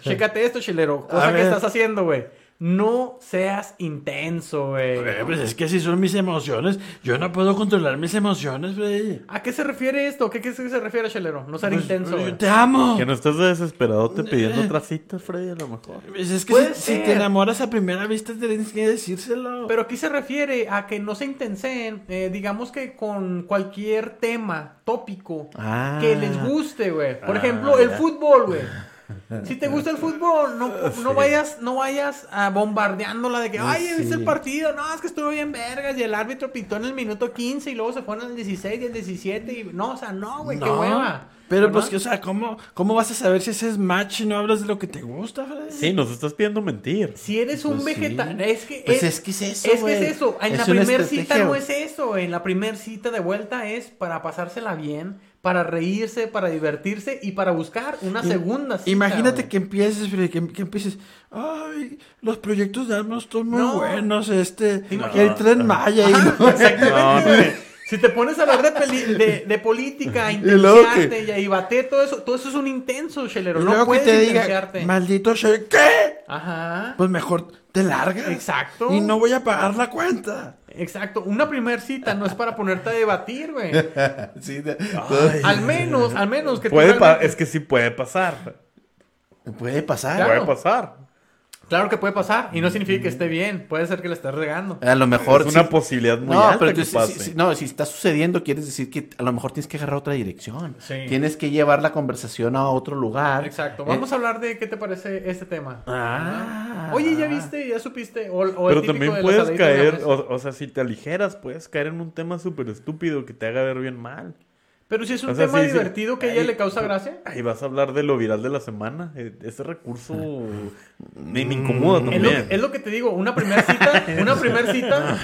A: Chécate esto, chilero. Cosa
B: A
A: que
B: ver.
A: estás haciendo, güey. No seas intenso,
B: Eh,
A: güey.
B: pues es que si son mis emociones, yo no puedo controlar mis emociones, Freddy.
A: ¿A qué se refiere esto? ¿Qué, qué se refiere, chelero? No ser
B: Pues,
A: intenso.
B: yo
A: güey.
B: te amo.
D: Que no estés desesperadote pidiendo otra cita, Freddy, a lo mejor.
B: Pues es que
A: Puede
B: si, si
A: ser.
B: te enamoras a primera vista, tienes que decírselo.
A: Pero aquí se refiere a que no se intenseen, eh, digamos que con cualquier tema, tópico,
C: Ah.
A: que les guste, güey. Por
D: Ah,
A: ejemplo, el
D: ya.
A: fútbol, güey. Si te gusta el fútbol, no, no vayas, no vayas a bombardeándola de que, ay, viste el partido, no, es que estuvo bien vergas y el árbitro pitó en el minuto 15 y luego se fue en el 16 y el 17 y no, o sea, no, güey, qué
B: No,
A: hueva.
B: Pero
A: ¿Verdad?
B: pues que, o sea, ¿cómo, ¿cómo vas a saber si ese es match y no hablas de lo que te gusta, Freddy?
D: Sí, nos estás pidiendo mentir.
A: Si eres un
C: Pues sí.
A: vegetal, es que
C: Pues
A: es,
C: es que es eso,
A: es que
C: güey.
A: es eso. En
C: Es
A: la
C: una
A: primera cita
C: estrategia,
A: no
C: güey.
A: es eso. En la primera cita de vuelta es para pasársela bien, para reírse, para divertirse y para buscar una segunda cita.
B: Imagínate
A: güey.
B: que empieces, Freddy, que, que empieces, ay, los proyectos de Arnold están muy
A: No.
B: buenos, este,
A: imaginas?
B: el tren Maya y...
A: Exactamente,
D: No,
A: güey. Si te pones a hablar de, peli- de, de política, a
C: luego
A: intenciarte y a bater todo eso, todo eso es un intenso, chelero.
B: y
A: No
B: luego que
A: puedes
B: te diga,
A: intenciarte.
B: maldito Sher, ¿qué?
A: Ajá.
B: Pues mejor te largas.
A: Exacto.
B: Y no voy a pagar la cuenta.
A: Exacto. Una primera cita no es para ponerte a debatir, güey.
C: Sí, de- todo-
A: Al menos, al menos que tú
D: Puede pa-
A: realmente-
D: es que sí puede pasar.
C: Puede pasar.
A: Claro.
D: Puede pasar.
A: Claro que puede pasar y no significa que esté bien, puede ser que la estés regando.
C: A lo mejor.
D: es una
C: sí-
D: posibilidad muy
C: no,
D: alta
C: pero
D: que
C: tú- si-
D: pase.
C: si, si- no, si está sucediendo, quieres decir que a lo mejor tienes que agarrar otra dirección.
A: Sí.
C: Tienes que llevar la conversación a otro lugar.
A: Exacto.
C: Eh,
A: Vamos a hablar de qué te parece este tema.
C: ah.
A: Oye, ya viste, ya supiste. O, o el
D: Pero
A: típico
D: también
A: de las
D: puedes
A: saladitas de la
D: caer,
A: mesa.
D: o, o sea, si te aligeras, puedes caer en un tema súper estúpido que te haga ver bien mal.
A: Pero si es un
D: o sea,
A: tema
D: sí, sí.
A: divertido que a ella
D: Ay,
A: le causa gracia.
D: Ahí vas a hablar de lo viral de la semana. Eh, Ese recurso me, me incomoda
C: Mm.
A: Es lo,
D: también.
A: que, es lo que te digo, una primera cita, una primera cita,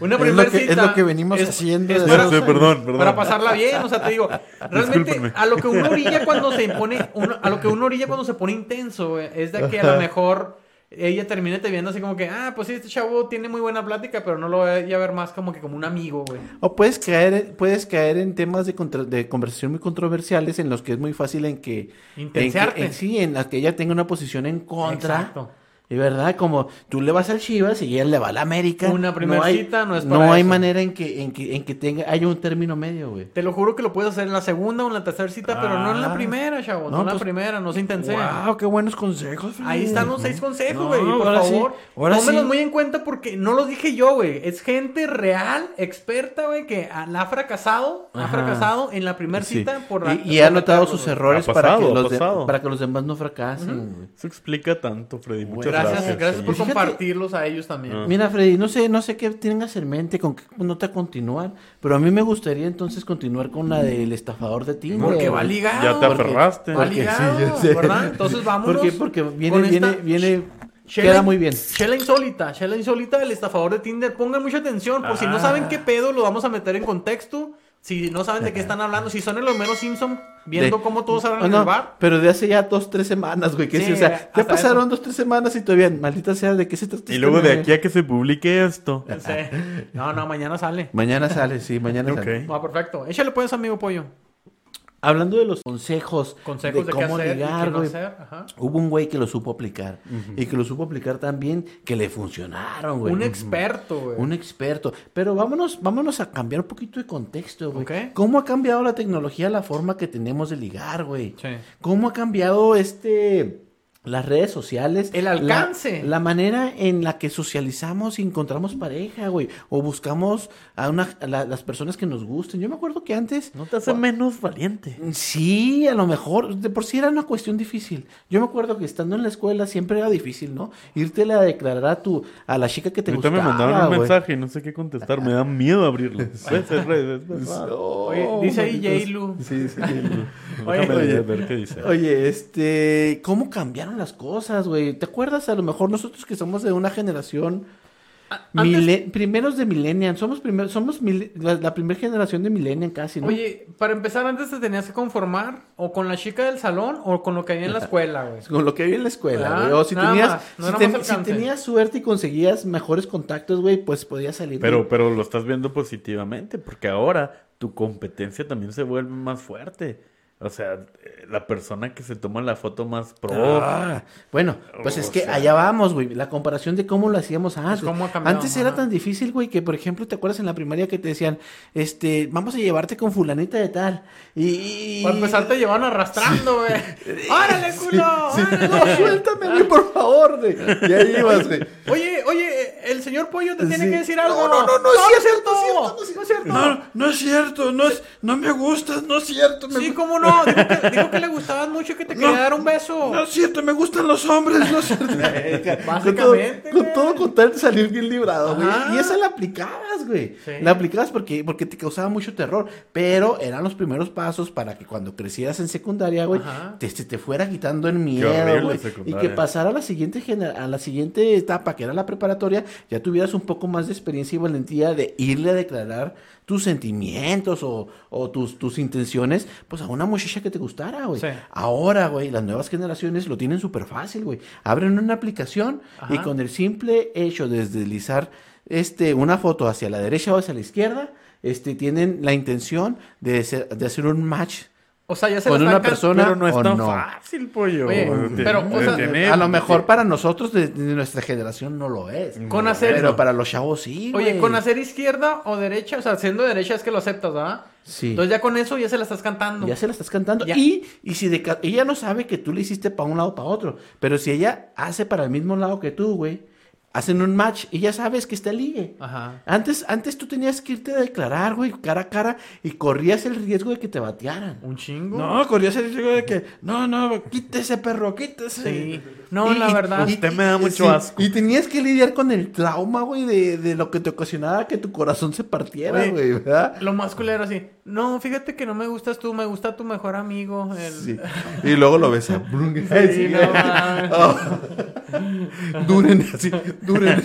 A: una
B: Es
A: primera
B: lo que-
A: cita.
B: es lo que venimos haciendo desde
D: Ya sé, perdón, perdón.
A: Para pasarla bien, o sea, te digo, realmente
D: Discúlpenme.
A: a lo que uno orilla cuando se pone, uno- a lo que uno orilla cuando se pone intenso, güey, es de que a lo mejor ella termine te viendo así como que, ah, pues sí, este chavo tiene muy buena plática, pero no lo voy a ver más como que como un amigo, güey.
C: O puedes caer, puedes caer en temas de, contra- de conversación muy controversiales en los que es muy fácil en que... en que-
A: Intenciarte.
C: en- sí, en las que ella tenga una posición en contra.
A: Exacto.
C: Es verdad, como tú le vas al Chivas y él le va al América.
A: Una primer
C: hay-
A: cita no es para
C: hay
A: eso.
C: manera en que, en que, en que tenga, haya un término medio, güey.
A: Te lo juro que lo puedes hacer en la segunda o en la tercera cita, pero no en
B: Ah.
A: la primera, chavo. No,
C: No,
A: en la
C: pues,
A: primera, no se intensea.
B: Wow, qué buenos consejos, Freddy.
A: Ahí están los seis consejos,
B: No,
A: güey. por
B: ahora sí,
A: favor,
B: ahora
A: tómenlos
B: sí.
A: muy en cuenta porque no los dije yo, güey. Es gente real, experta, güey, que ha- la ha fracasado, ha fracasado en la primera
C: Sí.
A: cita por
C: y, y ha notado
A: notado
C: sus errores
D: Ha
C: para, que
D: pasado, ha
C: los de-
D: pasado.
C: para que los demás no fracasen. güey.
D: Eso explica tanto, Freddy. Muchas
A: Gracias, gracias, por
C: Y fíjate-
A: compartirlos a ellos también.
D: Ah.
C: Mira, Freddy, no sé, no sé qué tengas en mente, con qué nota continuar, pero a mí me gustaría entonces continuar con la del estafador de Tinder.
A: Porque va
C: güey.
A: ligado.
D: Ya te aferraste.
A: Va
C: Porque sí,
A: ligado,
C: ya sé.
A: ¿verdad? Entonces vámonos.
C: Porque, porque viene,
A: con
C: viene,
A: esta
C: viene,
A: Shela-
C: queda muy bien.
A: Shela insólita, Shela insólita del estafador de Tinder. Pongan mucha atención, por si no saben qué pedo, lo vamos a meter en contexto. Si no saben de qué están hablando, si son el Homero Simpson viendo
C: De-
A: cómo todos hablan
C: Oh,
A: en
C: no,
A: el bar.
C: Pero de hace ya dos, tres semanas, güey. Que
A: Sí,
C: sí, o sea,
A: hasta
C: ya pasaron dos, tres semanas y todavía, maldita sea, ¿de qué se trata?
D: Y
C: este
D: luego de
C: meme?
D: aquí a que se publique esto.
A: Sí. No, no, mañana sale.
C: Mañana sale, sí, mañana
D: Ok.
C: sale.
A: Va, perfecto. Échale pues, amigo pollo.
C: Hablando de los consejos,
A: Consejos de, qué
C: cómo
A: hacer y
C: ligar,
A: qué no
C: güey.
A: hacer. Ajá.
C: Hubo un güey que lo supo aplicar. Y que lo supo aplicar también, que le funcionaron, güey.
A: Un
C: Ujú.
A: experto, güey.
C: Un experto. Pero vámonos, vámonos a cambiar un poquito de contexto, güey.
A: Ok.
C: ¿Cómo ha cambiado la tecnología la forma que tenemos de ligar, güey?
A: Sí.
C: ¿Cómo ha cambiado este las redes sociales?
A: El
C: La-
A: alcance.
C: La, manera en la que socializamos y encontramos pareja, güey. O buscamos a, una, a la- las personas que nos gusten. Yo me acuerdo que antes.
D: No te hace menos valiente.
C: Sí, a lo mejor, de por sí era una cuestión difícil. Yo me acuerdo que estando en la escuela siempre era difícil, ¿no? Irte a declarar a tu, a la chica que te
D: Ahorita me
C: gustaba,
D: mandaron un
C: güey.
D: mensaje y no sé qué contestar. Me da miedo abrirlo. Ves, es re- es verdad.
A: Oye,
C: Oye,
A: dice ahí J-Lu.
C: Oh, Sí, sí.
D: Déjame
C: oye.
D: ver qué dice.
C: Oye, este, ¿cómo cambiaron las cosas, güey? ¿Te acuerdas a lo mejor nosotros que somos de una generación mile- primeros de millennial, somos primer- somos mil- la, primera generación de millennial casi, ¿no?
A: Oye, para empezar, antes te tenías que conformar o con la chica del salón o con lo que había en la escuela, güey.
C: Con lo que había en la escuela,
A: Ah,
C: güey. O si
A: nada
C: tenías,
A: más, no
C: si,
A: era
C: ten-
A: más
C: si
A: alcance.
C: tenías suerte y conseguías mejores contactos, güey, pues podías salir.
D: Pero, pero lo estás viendo positivamente, porque ahora tu competencia también se vuelve más fuerte. O sea, eh, la persona que se toma la foto más pro.
C: Ah, bueno, pues
D: O
C: es que
D: sea.
C: allá vamos, güey. La comparación de cómo lo hacíamos antes.
A: Pues, cómo ha cambiado,
C: antes era
A: ajá.
C: tan difícil, güey, que por ejemplo, ¿te acuerdas en la primaria que te decían, este, vamos a llevarte con fulanita de tal? Y.
A: Para empezar, te llevaron arrastrando, güey. ¡Órale, culo!
C: Sí,
A: ¡Órale!
C: no, suéltame, güey, por favor, güey. Ya ibas, güey.
A: Oye, oye, el señor Pollo te tiene
C: Sí.
A: que decir algo.
C: No, no, no, no es
A: no es
C: cierto,
A: cierto.
C: no
A: No
C: es cierto,
A: es cierto.
B: No, no es cierto, no, es, no me gustas, no es cierto. me
A: Sí,
B: gu-
A: cómo no. Dijo que, dijo que le gustabas mucho y que te quería
B: No.
A: dar un beso.
B: No es cierto, me gustan los hombres, no es cierto.
A: Básicamente.
C: Con
A: güey.
C: todo, con tal de salir bien librado, güey.
A: Ajá.
C: Y esa la aplicabas, güey.
A: Sí.
C: La aplicabas porque, porque te causaba mucho terror. Pero eran los primeros pasos para que cuando crecieras en secundaria, güey,
A: Ajá.
C: te, se te fuera quitando el
D: horrible
C: miedo, güey. Y
D: secundaria.
C: que pasara a la siguiente gener- a la siguiente etapa, que era la preparatoria, ya tuvieras un poco más de experiencia y valentía de irle a declarar tus sentimientos o, o tus, tus intenciones, pues a una muchacha que te gustara, güey.
A: Sí.
C: Ahora, güey, las nuevas generaciones lo tienen súper fácil, güey. Abren una aplicación y
A: Ajá.
C: con el simple hecho de deslizar este, una foto hacia la derecha o hacia la izquierda, este, tienen la intención de, ser- de hacer un match
A: O sea, ya se
C: con
A: la
C: una
A: están
C: persona
D: pero no es
C: o
D: tan
C: no.
D: fácil, pollo.
A: Oye,
D: Tiene-
A: pero, o sea,
D: tiene-
C: A lo mejor para nosotros de, de nuestra generación no lo es.
A: Con hacer-
C: Pero para los chavos sí,
A: Oye,
C: güey.
A: con hacer izquierda o derecha, o sea, siendo derecha es que lo aceptas, ¿verdad?
C: Sí.
A: Entonces ya con eso ya se la estás cantando.
C: Ya se la estás cantando.
A: Ya.
C: Y, y si de ca- ella no sabe que tú le hiciste para un lado para otro, pero si ella hace para el mismo lado que tú, güey, hacen un match y ya sabes que está el ligue.
A: Ajá.
C: Antes, antes tú tenías que irte a declarar, güey, cara a cara y corrías el riesgo de que te batearan.
A: Un chingo.
B: No, corría ese riesgo de que, no, no, quítese, perro, quítese.
A: Sí. No,
C: Y-
A: la
C: y-
A: verdad.
D: Usted me da mucho
C: Sí,
D: asco.
C: Y tenías que lidiar con el trauma, güey, de, de lo que te ocasionaba que tu corazón se partiera,
A: Oye,
C: güey, ¿verdad?
A: Lo más culero así. No, fíjate que no me gustas tú, me gusta tu mejor amigo. El...
C: Sí. Y luego lo besa.
A: Sí, no, mames.
B: Ah.
C: duren, así, duren.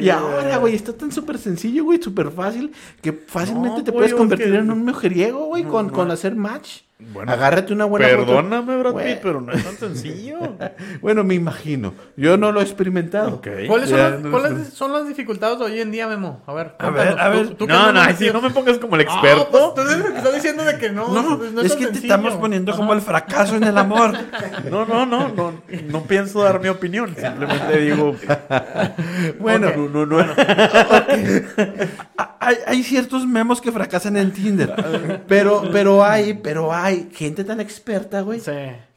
C: y ahora, güey, está tan súper sencillo, güey, súper fácil, que fácilmente te
D: No, pollo,
C: puedes
D: es
C: convertir
D: que-
C: en un mujeriego, güey, con, con hacer match.
D: Bueno,
C: Agárrate una buena foto.
D: Perdóname, Brad
C: Güey.
D: Pitt, pero no es tan sencillo.
C: Bueno, me imagino. Yo no lo he experimentado.
D: Ok.
A: ¿Cuáles son,
C: Ya,
A: las,
C: no lo
A: cuáles son las dificultades de hoy en día, Memo? A ver,
B: A ver,
A: cuéntanos.
B: a ver.
A: Tú- tú que
D: No, no,
A: andas
D: ay, sí,
A: metido-
D: no me pongas como el
A: Ah,
D: experto.
A: pues, tú eres el que estás diciendo de que no.
B: No,
A: pues, no
B: es
A: tan
B: que te
A: sencillo.
B: estamos poniendo como
A: Ajá.
B: el fracaso en el amor.
D: No, no, no, no, no pienso dar mi opinión. Simplemente digo,
C: Bueno,
A: Ok.
C: no, no, no.
B: Ah, Hay, hay ciertos memos que fracasan en Tinder.
C: Pero, pero hay, pero hay gente tan experta, güey,
A: Sí.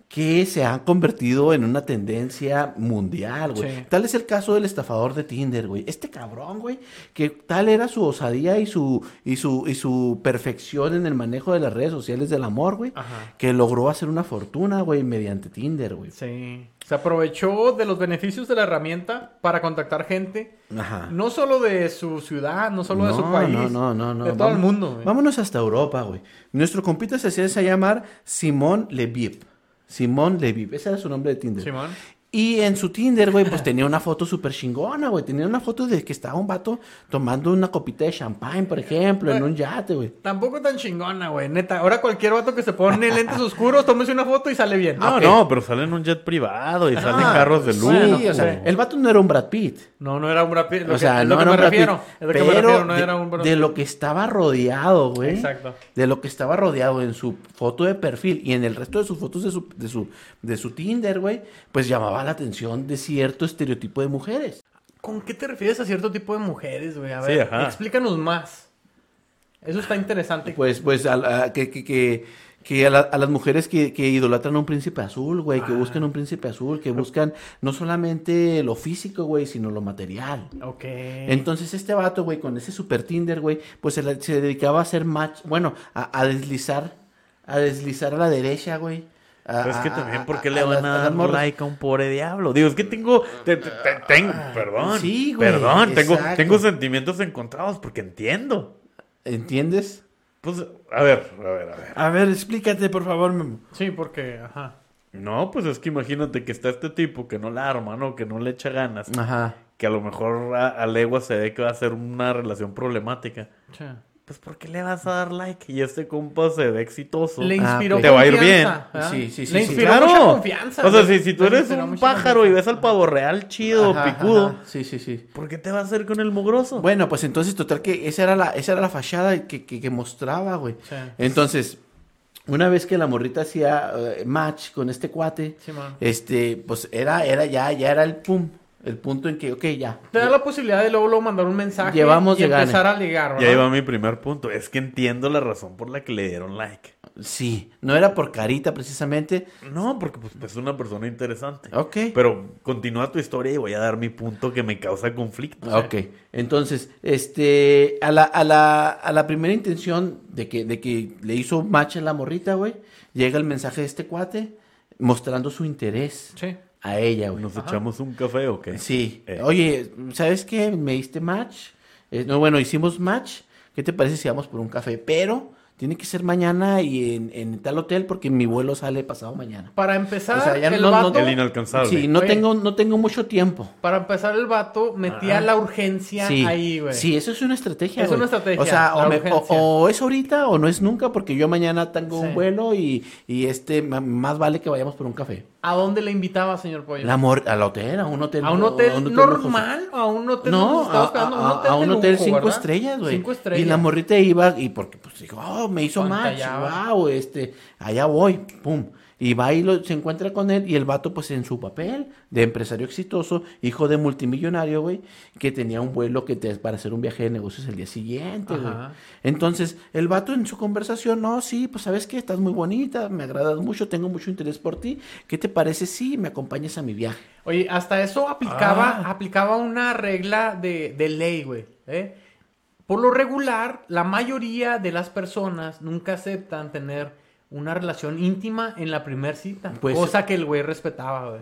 C: que se han convertido en una tendencia mundial, güey.
A: Sí.
C: Tal es el caso del estafador de Tinder, güey. Este cabrón, güey, que tal era su osadía y su y su y su perfección en el manejo de las redes sociales del amor, güey,
A: Ajá.
C: que logró hacer una fortuna, güey, mediante Tinder, güey.
A: Sí. Se aprovechó de los beneficios de la herramienta para contactar gente,
C: Ajá.
A: no solo de su ciudad, no solo de su país,
C: Ah. No, no, no, no.
A: de todo el
C: Vamos-
A: mundo. güey.
C: Vámonos hasta Europa, güey. Nuestro compita se hacía llamar Simón Levib. Simón Levib, ese era su nombre de Tinder.
A: Simón.
C: Y en su Tinder, güey, pues tenía una foto súper chingona, güey. Tenía una foto de que estaba un vato tomando una copita de champán, por ejemplo, en un yate, güey.
A: Tampoco tan chingona, güey, neta. Ahora cualquier vato que se pone lentes oscuros, tómese una foto y sale bien.
D: Ah, no, no, pero salen un jet privado
C: Ah,
D: y salen carros de luz.
A: bueno,
C: Sí, o sea,
A: sí.
C: el vato no era un Brad Pitt.
A: No, no era un Brad Pitt, lo
C: o
A: que-
C: sea,
A: es
C: no
A: lo que me
C: era un Brad
A: refiero.
C: Pitt,
A: Es lo que me
C: pero
A: refiero, no
C: de,
A: era un Brad
C: de lo que estaba rodeado, güey.
A: Exacto.
C: De lo que estaba rodeado en su foto de perfil y en el resto de sus fotos de su, de su, de su Tinder, güey, pues llamaba la atención de cierto estereotipo de mujeres.
A: ¿Con qué te refieres a cierto tipo de mujeres, güey? A
D: Sí,
A: ver,
D: ajá.
A: explícanos más. Eso está interesante.
C: Pues, pues, a, a- que, que, que, que a, la- a las mujeres que, que idolatran a un príncipe azul, güey,
D: Ah.
C: que buscan un príncipe azul, que buscan no solamente lo físico, güey, sino lo material.
A: Ok.
D: Eh.
C: Entonces este vato, güey, con ese super Tinder, güey, pues se, la- se dedicaba a hacer match, bueno, a, a deslizar, a deslizar a la derecha, güey. a-
D: Pero es que
C: a-
D: también,
C: ah, a-
D: ¿por qué le
C: las-
D: van a
C: las
D: dar
C: morras?
D: like a un pobre diablo? Digo, es que tengo. te- te- te- ten- perdón.
C: Sí, güey,
D: Perdón, tengo,
C: exacto.
D: tengo sentimientos encontrados porque entiendo.
C: ¿Entiendes?
D: Pues, a ver, a ver, a ver.
B: A ver, explícate, por favor, memo.
A: Sí, porque, ajá.
D: No, pues es que imagínate que está este tipo que no la arma, ¿no? Que no le echa ganas.
C: Ajá.
D: Que a lo mejor a, a legua se ve que va a ser una relación problemática.
A: Sí.
D: Pues, ¿por qué le vas a dar like? Y este compa se ve exitoso.
A: Le
C: Ah,
A: inspiró
C: ok.
D: Te va a ir
A: confianza, ¿verdad?
C: Sí, sí, sí,
A: Le
C: sí.
A: inspiró
D: Claro.
A: mucha confianza.
D: O sea,
A: güey.
D: si, si tú
A: Le
D: eres
A: inspiró
D: un
A: mucha
D: pájaro y
A: confianza.
D: ves al pavo real chido,
C: Ajá, ajá,
D: picudo,
C: ajá. Sí, sí, sí.
D: ¿por qué te vas a hacer con el mugroso?
C: Bueno, pues entonces, total, que esa era la, esa era la fachada que, que, que mostraba, güey.
A: Sí.
C: Entonces, una vez que la morrita hacía eh, match con este cuate,
A: Sí, man.
C: este, pues era, era ya, ya era el pum. El punto en que, ok, ya.
A: Te da la posibilidad de luego, luego mandar un mensaje
C: Llevamos
A: y
C: de gane.
A: empezar a ligar,
D: Y ahí
A: ¿verdad?
D: va mi primer punto. Es que entiendo la razón por la que le dieron like.
C: Sí, no era por carita precisamente.
D: No, porque pues, es una persona interesante.
C: Ok.
D: Pero continúa tu historia y voy a dar mi punto que me causa conflicto.
C: Ah, Ok, entonces, este, a la, a la, a la primera intención de que, de que le hizo match a la morrita, güey, llega el mensaje de este cuate mostrando su interés
A: Sí.
C: a ella, güey.
D: ¿Nos echamos un café o qué?
C: Sí,
D: Eh.
C: oye, ¿sabes qué? Me diste match, Eh, no, bueno, hicimos match, ¿qué te parece si vamos por un café? Pero tiene que ser mañana y en, en tal hotel porque mi vuelo sale pasado mañana.
A: Para empezar,
C: O sea, ya
A: el
C: no- no-
A: vato,
D: El inalcanzable.
C: Sí, no
A: Oye.
C: tengo, no tengo mucho tiempo.
A: para empezar el vato metía la urgencia
C: Sí,
A: ahí, güey.
C: sí, eso es una estrategia.
A: Es una
C: güey.
A: estrategia,
C: O sea,
A: la
C: o, me- o-
A: urgencia.
C: o es ahorita o no es nunca, porque yo mañana tengo
A: Sí.
C: un vuelo y, y este ma- más vale que vayamos por un café.
A: ¿A dónde le invitaba, señor Pollo?
C: La mor- al hotel, a un hotel.
A: ¿A un hotel normal? ¿A un hotel donde
C: No,
A: se estaba
C: a,
A: hospedando?
C: a- a un
A: de
C: hotel
A: lujo,
C: cinco
A: ¿verdad?
C: estrellas, güey.
A: Cinco estrellas.
C: Y la morrita iba y porque pues dijo, oh, me hizo match,
A: Pantallaba.
C: wow, este, allá voy, pum. Y va y lo- se encuentra con él y el vato pues en su papel de empresario exitoso, hijo de multimillonario, güey, que tenía un vuelo que te, para hacer un viaje de negocios el día siguiente, güey.
A: Ajá.
C: Entonces, el vato en su conversación, no, sí, pues sabes que estás muy bonita, me agradas mucho, tengo mucho interés por ti. ¿Qué te parece si me acompañas a mi viaje?
A: Oye, hasta eso aplicaba, aplicaba una regla de, de ley, güey. ¿eh? Por lo regular, la mayoría de las personas nunca aceptan tener una relación íntima en la primera cita.
C: Pues-
A: cosa que el güey respetaba, güey.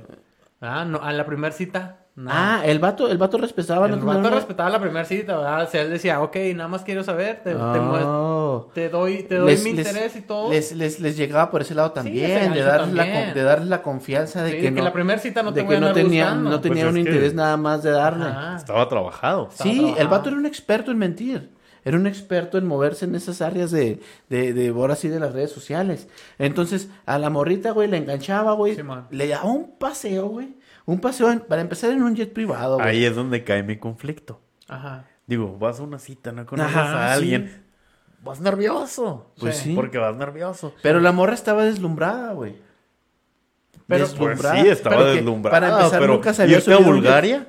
A: Ah, no, a la primera cita, nada.
C: Ah, el vato, el vato respetaba
A: el
C: no
A: vato
C: tener una-
A: respetaba la primera cita, ¿verdad? O sea, él decía, ok, nada más quiero saber, te, te muest-
C: Oh.
A: te doy, te doy
C: Les-
A: mi
C: les-
A: interés y todo.
C: Les, les, les llegaba por ese lado también,
A: les
C: de,
A: engancha
C: darles la, con-
A: también.
C: de darles la confianza de
A: Sí,
C: que
A: de
C: no,
A: que la primera cita no te
C: de
A: voy
C: que
A: a
C: no
A: andar
C: tenía,
A: buscando.
C: no tenía
D: Pues
C: un
D: es que-
C: interés nada más de darle.
A: Ajá.
D: Estaba trabajado.
C: Sí,
A: trabajando.
C: el vato era un experto en mentir. Era un experto en moverse en esas áreas de, de, de ahora sí, de las redes sociales. Entonces, a la morrita, güey, la enganchaba, güey.
A: Sí, man.
C: le daba un paseo, güey. Un paseo, en- para empezar, en un jet privado, güey.
D: Ahí es donde cae mi conflicto.
A: Ajá.
D: Digo, vas a una cita, no conoces
C: Ajá,
D: a
C: sí.
D: alguien. Vas nervioso.
C: Pues sí.
D: Porque vas nervioso.
C: Pero la morra estaba deslumbrada, güey.
A: Pero-
D: Pues sí, estaba
C: Pero que
D: deslumbrada.
C: Para empezar,
D: pero
C: nunca se había
D: irte a
C: subido un jet-
D: Bulgaria.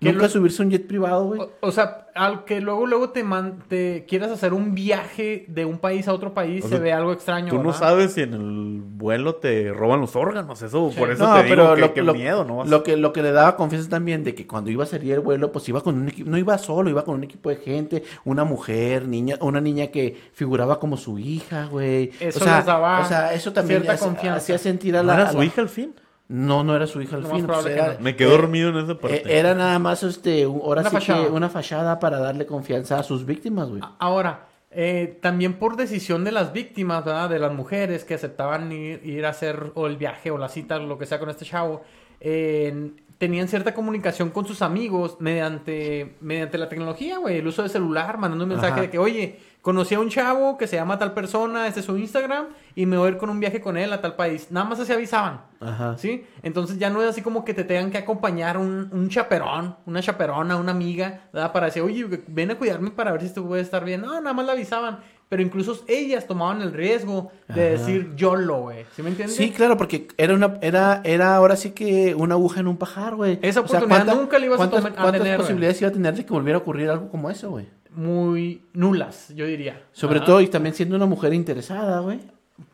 A: Que
C: Nunca
A: lo-
C: subirse a un jet privado, güey.
A: O, o sea, al que luego luego te, man- te quieras hacer un viaje de un país a otro país,
D: O
A: se
D: sea,
A: ve algo extraño.
D: Tú no
A: ¿verdad?
D: sabes si en el vuelo te roban los órganos. Eso, por eso
C: No,
D: te digo
C: pero
D: que,
C: lo-
D: que
C: lo-
D: miedo, ¿no? Vas-
C: Lo que, lo que le daba confianza también de que cuando iba a salir el vuelo, pues iba con un equipo, no iba solo, iba con un equipo de gente, una mujer, niña, una niña que figuraba como su hija, güey.
A: Eso
C: o sea,
A: les daba
C: o sea, eso también
A: cierta
C: hace-
A: confianza.
C: hacía sentir a
D: ¿No
C: la,
D: era
C: a
D: su
C: la-
D: hija al fin?
C: No, no era su hija al
A: Lo más
C: fin. pues,
A: probable que
C: era,
A: no.
D: Me quedé
C: eh,
D: dormido en esa parte.
C: eh, era nada más este, un- ahora
A: Una
C: sí
A: fachada. Ah.
C: que una fachada para darle confianza a sus víctimas, güey.
A: A- Ahora, eh, también por decisión de las víctimas, ¿verdad? De las mujeres que aceptaban ir, ir a hacer o el viaje o la cita, lo que sea con este chavo, eh, tenían cierta comunicación con sus amigos mediante, mediante la tecnología, güey, el uso de celular, mandando un mensaje
C: Ajá.
A: de que, oye, conocí a un chavo que se llama tal persona, este es su Instagram, y me voy a ir con un viaje con él a tal país. Nada más así avisaban.
C: Ajá.
A: ¿Sí? Entonces ya no es así como que te tengan que acompañar un, un chaperón, una chaperona, una amiga, ¿verdad? Para decir, oye, ven a cuidarme para ver si esto puede estar bien. No, nada más la avisaban. Pero incluso ellas tomaban el riesgo de decir YOLO, güey. ¿Sí me entiendes?
C: Sí, claro, porque era una, era, era ahora sí que una aguja en un pajar, güey.
A: Esa
C: O sea,
A: oportunidad
C: ¿cuánta-
A: nunca la ibas a
C: cuántas-
A: tomar- a
C: ¿Cuántas
A: tener, güey?
C: posibilidades iba a tener de que volviera a ocurrir algo como eso, güey?
A: Muy nulas, yo diría.
C: Sobre
A: Ah,
C: todo, y también siendo una mujer interesada, güey.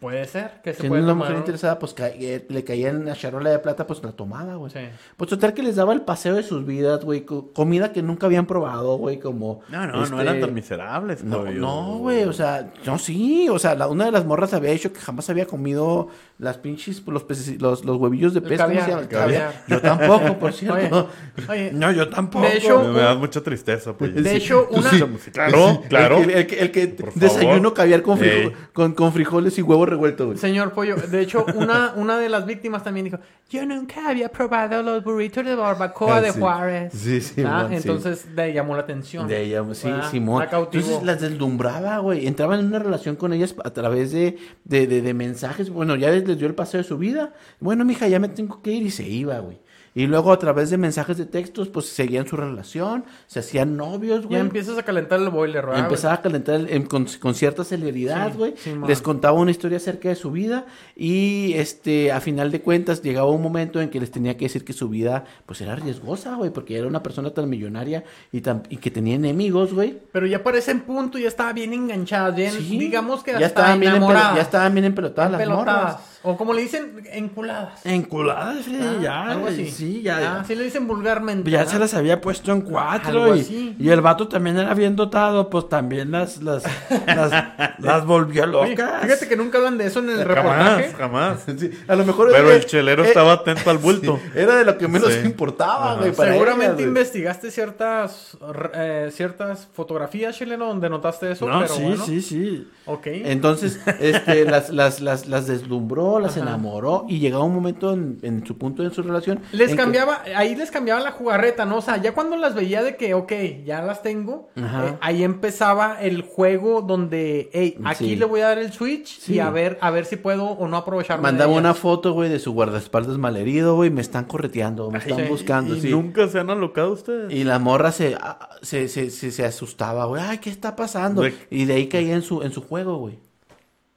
A: Puede ser que se
C: Siendo
A: puede
C: una
A: tomar...
C: mujer interesada, pues ca- eh, le caía en la charola de plata, pues la tomada, güey.
A: Sí.
C: Pues total que les daba el paseo de sus vidas, güey. co- comida que nunca habían probado, güey, como...
D: No, no, no
C: este,
D: eran tan miserables.
C: No,
D: Fabio.
C: no, güey, o sea, no, sí, o sea, la- una de las morras había dicho que jamás había comido las pinches, los, peces- los, los huevillos de
A: El
C: pez,
A: caviar,
C: llama?
A: el caviar.
C: Yo tampoco, por
A: Oye,
C: cierto.
A: oye,
C: No, yo tampoco.
A: De hecho,
D: Me, me da mucha tristeza. Pues.
A: De hecho, una...
D: Claro, claro.
C: El que, el que- el que
D: Por favor.
C: desayuno caviar con, frijo-
D: Ey.
C: con, con frijoles y huevo revuelto, güey.
A: Señor Pollo, de hecho, una, una de las víctimas también dijo, yo nunca había probado los burritos de barbacoa de
C: Sí.
A: Juárez.
C: Sí, sí,
A: Ah,
C: man, sí.
A: Entonces le llamó la atención.
C: De ella, sí,
A: Ah,
C: Simón.
A: la cautivó.
C: Entonces las deslumbraba, güey. Entraban en una relación con ellas a través de, de, de- de mensajes. Bueno, ya les, les dio el paseo de su vida. Bueno, mija, ya me tengo que ir y se iba, güey. Y luego a través de mensajes de textos, pues seguían su relación, se hacían novios,
A: Ya
C: güey.
A: empiezas a calentar el boiler, ¿verdad?
C: Empezaba a calentar el- en- con, con cierta celeridad,
A: Sí,
C: güey.
A: sí, man.
C: les contaba una historia acerca de su vida y, este, a final de cuentas, llegaba un momento en que les tenía que decir que su vida, pues, era riesgosa, güey, porque era una persona tan millonaria y, tan, y que tenía enemigos, güey.
A: Pero ya para ese punto ya estaba bien enganchada, bien,
C: Sí.
A: digamos que
C: ya
A: hasta
C: estaban bien, empelo-
A: enamorada.
C: ya estaban bien empelotadas las morras.
A: pelotadas. O como le dicen, enculadas.
B: Enculadas, Freddy,
A: Ah,
B: ya.
A: algo así.
B: Sí, ya.
A: Ah, sí le dicen vulgarmente.
B: Ya
A: ¿verdad?
B: se las había puesto en
A: Algo
B: cuatro
A: así.
B: y, y el vato también era bien dotado, pues también las las, las, las volvió
A: Oye,
B: locas.
A: fíjate que nunca hablan de eso en el
D: Jamás,
A: reportaje.
D: jamás.
C: Sí, a lo mejor
D: Pero
C: era-
D: el chelero
C: eh,
D: estaba atento al bulto.
C: Era de lo que menos
D: Sí.
C: importaba, güey. para
A: Seguramente
C: ellas, güey.
A: investigaste ciertas eh, ciertas fotografías, Chileno, donde notaste eso.
B: no,
A: pero
B: sí,
A: bueno.
B: sí, sí.
A: Ok.
C: Entonces, este, las, las, las, las deslumbró, las
A: Ajá.
C: enamoró y llegaba un momento en, en su punto de su relación.
A: Les
C: en que-
A: cambiaba, ahí les cambiaba la jugarreta, ¿no? O sea, ya cuando las veía de que, ok, ya las tengo,
C: Ajá.
A: eh, ahí empezaba el juego donde, hey, aquí
C: Sí.
A: le voy a dar el switch
C: Sí.
A: y a ver, a ver si puedo o no aprovecharme. de
C: mandaba
A: ellas.
C: una foto, güey, de su guardaespaldas malherido, güey. Me están correteando, me
A: Ay,
C: están
A: Ah, sí.
C: buscando,
D: y
C: sí.
D: nunca se han alocado ustedes.
C: Y la morra se, ah, se, se, se, se asustaba, güey. Ay, ¿qué está pasando?
D: Güey.
C: Y de ahí caía en su, en su juego, güey.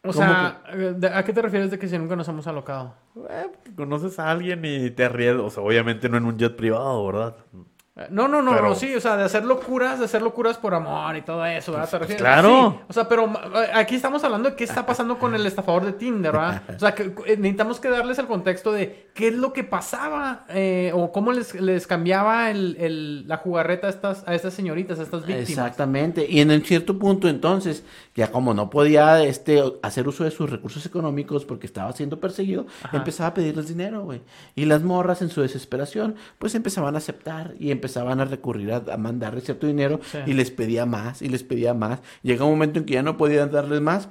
A: O sea, eh, ¿de- ¿a qué te refieres de que si nunca nos hemos alocado?
D: Eh, conoces a alguien y te arriesgas. O sea, obviamente no en un jet privado, ¿verdad?
A: Eh, No, no, no,
D: Pero-
A: no, sí, o sea, de hacer locuras, de hacer locuras por amor y todo eso, ¿verdad? ¿Te refieres?
D: Pues claro.
A: Sí, o sea, pero ma- eh, aquí estamos hablando de qué está pasando con el estafador de Tinder, ¿verdad? O sea, que, eh, necesitamos que darles el contexto de qué es lo que pasaba eh, o cómo les, les cambiaba el, el- la jugarreta a estas, a estas señoritas, a estas víctimas.
C: Exactamente. Y en un cierto punto, entonces, ya como no podía este, hacer uso de sus recursos económicos porque estaba siendo perseguido, empezaba a pedirles dinero, güey. Y las morras, en su desesperación, pues empezaban a aceptar y empezaban a recurrir a, a mandarle cierto dinero
A: Sí.
C: y les pedía más y les pedía más. Llega un momento en que ya no podían darles más.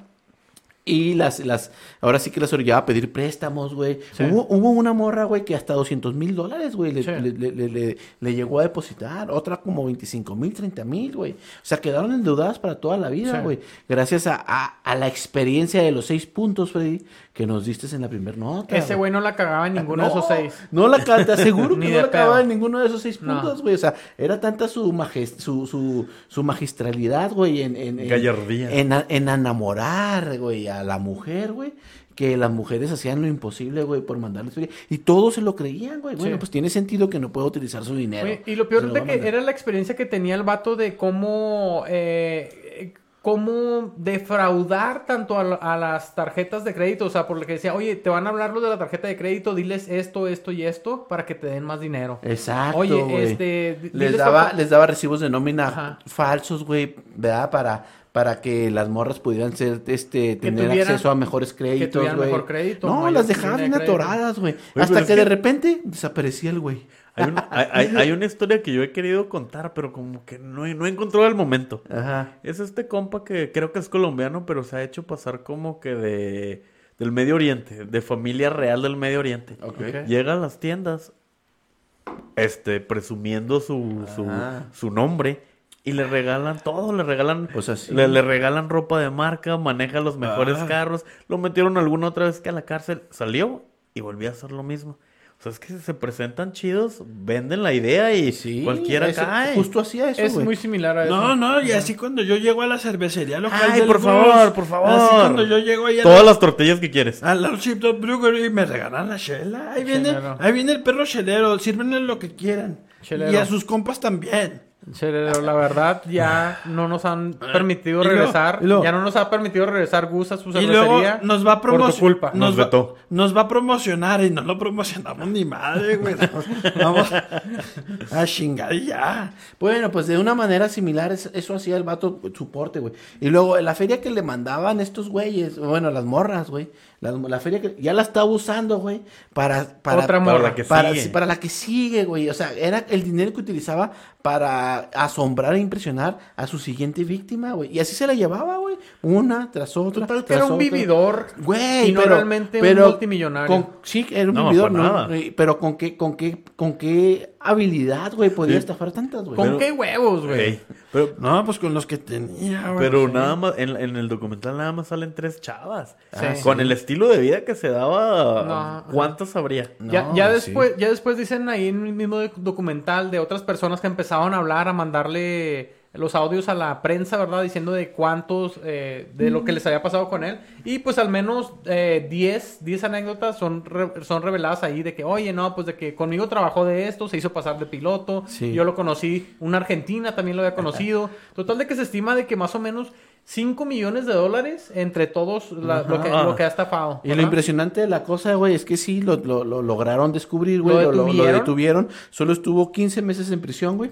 C: Y las, las, ahora sí que las orillaba a pedir préstamos, güey.
A: Sí.
C: Hubo, hubo una morra, güey, que hasta 200 mil dólares, güey, le,
A: Sí.
C: le- le- le- le- le llegó a depositar. Otra como 25 mil, 30 mil, güey. O sea, quedaron endeudadas para toda la vida,
A: Sí.
C: güey. Gracias a, a- a la experiencia de los seis puntos, Freddy, que nos diste en la primer nota.
A: Ese güey no la cagaba en ninguno de esos seis.
C: No la ca- te aseguro
A: Ni
C: que
A: de
C: no la acababa
A: pedo.
C: en ninguno de esos seis
A: No.
C: puntos, güey. O sea, era tanta su, majest- su, su, su magistralidad, güey, en, en, en-
D: Gallardía.
C: en, a- en enamorar, güey, a la mujer, güey. Que las mujeres hacían lo imposible, güey, por mandarles feria. Y todos se lo creían, güey. Bueno,
A: Sí.
C: pues tiene sentido que no pueda utilizar su dinero.
A: Oye, y lo
C: Se
A: peor
C: va
A: de
C: a
A: que
C: mandar.
A: era la experiencia que tenía el vato de cómo, eh, eh, cómo defraudar tanto a, la- a las tarjetas de crédito. O sea, por lo que decía, oye, te van a hablar los de la tarjeta de crédito, diles esto, esto y esto para que te den más dinero.
C: Exacto,
A: oye,
C: güey.
A: este. di-
C: Les
A: diles
C: daba,
A: a-
C: les daba recibos de nómina
A: Ajá.
C: falsos, güey, ¿verdad? Para, para que las morras pudieran ser, este, tener
A: tuvieran-
C: acceso a mejores créditos,
A: tuvieran
C: güey.
A: mejor crédito,
C: no,
A: mayor
C: las dejaba
A: línea de
C: bien
A: crédito.
C: atoradas, güey.
D: pero
C: Hasta
D: es
C: que,
D: que-
C: de repente desaparecía el güey.
D: Hay, un- hay- hay- hay una historia que yo he querido contar, pero como que no, he- no he encontrado el momento.
C: Ajá.
D: Es este compa que creo que es colombiano, pero se ha hecho pasar como que de del Medio Oriente, de familia real del Medio Oriente. Llega a las tiendas, este, presumiendo su, su,
C: Ah.
D: su nombre. Y le regalan todo, le regalan,
C: Pues así.
D: le, le regalan ropa de marca, maneja los mejores carros, lo metieron alguna otra vez que a la cárcel, salió y volvió a hacer lo mismo. O sea, es que se presentan chidos, venden la idea y
C: Sí,
D: cualquiera
C: ese-
D: cae.
C: Justo hacía eso,
A: es
C: güey.
A: muy similar a eso.
B: No, no, y así cuando yo llego a la cervecería local
D: Ay,
B: del
D: por
B: Gus,
D: favor, por favor.
B: Así cuando yo llego ahí a la- Ah,
D: Todas las tortillas que quieres.
B: A la Chip Dog Brewery y me regalan la chela. Ahí viene,
A: Chelero.
B: ahí viene el perro chelero. Sírvenle lo que quieran.
A: Chelero.
B: Y a sus compas también.
A: Chelero, la verdad, Ah, ya no nos han permitido
B: Ah, Y luego-
A: regresar.
B: y luego-
A: ya no nos ha permitido regresar Gus a su
B: Y luego
A: cervecería.
B: nos va a
A: por tu
B: promocionar.
A: culpa.
D: Nos vetó.
B: nos va a promocionar y no lo promocionamos ni madre, güey. Vamos, vamos a chingar y ya.
C: Bueno, pues de una manera similar, es- eso hacía el vato su porte, güey. Y luego, en la feria que le mandaban estos güeyes, bueno, las morras, güey. las- La, feria que ya la estaba usando, güey, para, para,
A: Otra
D: Para
A: morra.
D: la que
C: para,
D: sigue.
C: sí, para la que sigue, güey. O sea, era el dinero que utilizaba para asombrar e impresionar a su siguiente víctima, güey. Y así se la llevaba, güey. Una tras otra.
A: Total, que
C: tras
A: era un
C: otra.
A: vividor.
C: Güey,
A: Y no
C: pero,
A: realmente un
C: pero
A: multimillonario.
C: con- sí, era un
D: No,
C: vividor,
D: para
C: ¿no?
D: nada.
C: Eh, Pero con qué, con qué, con qué habilidad, güey, podía estafar tantas, güey.
A: ¿Con
D: Pero-
A: qué huevos, güey?
D: Ey, Pero,
B: No, pues con los que tenía, güey.
D: pero nada más, en, en el documental nada más salen tres chavas.
A: Sí.
D: Con el estilo de vida que se daba,
A: No.
D: ¿cuántas habría?
A: ya,
G: No,
A: ya
G: sí.
A: después, ya después dicen ahí en el mismo doc- documental de otras personas que empezaron a hablar, a mandarle los audios a la prensa, ¿verdad? Diciendo de cuántos, eh, de lo que les había pasado con él. Y pues al menos eh, 10, 10 anécdotas son, re- son reveladas ahí de que, oye, no, pues de que conmigo trabajó de esto, se hizo pasar de piloto,
C: Sí.
A: yo lo conocí, una argentina también lo había conocido. Total de que se estima de que más o menos 5 millones de dólares entre todos la- lo, que,
D: Ajá.
A: lo que ha estafado.
C: Y lo
A: ¿verdad?
C: impresionante de la cosa, güey, es que sí, lo, lo- lo lograron descubrir, güey.
A: ¿Lo
C: Lo, lo- lo
A: detuvieron?
C: detuvieron. Solo estuvo 15 meses en prisión, güey.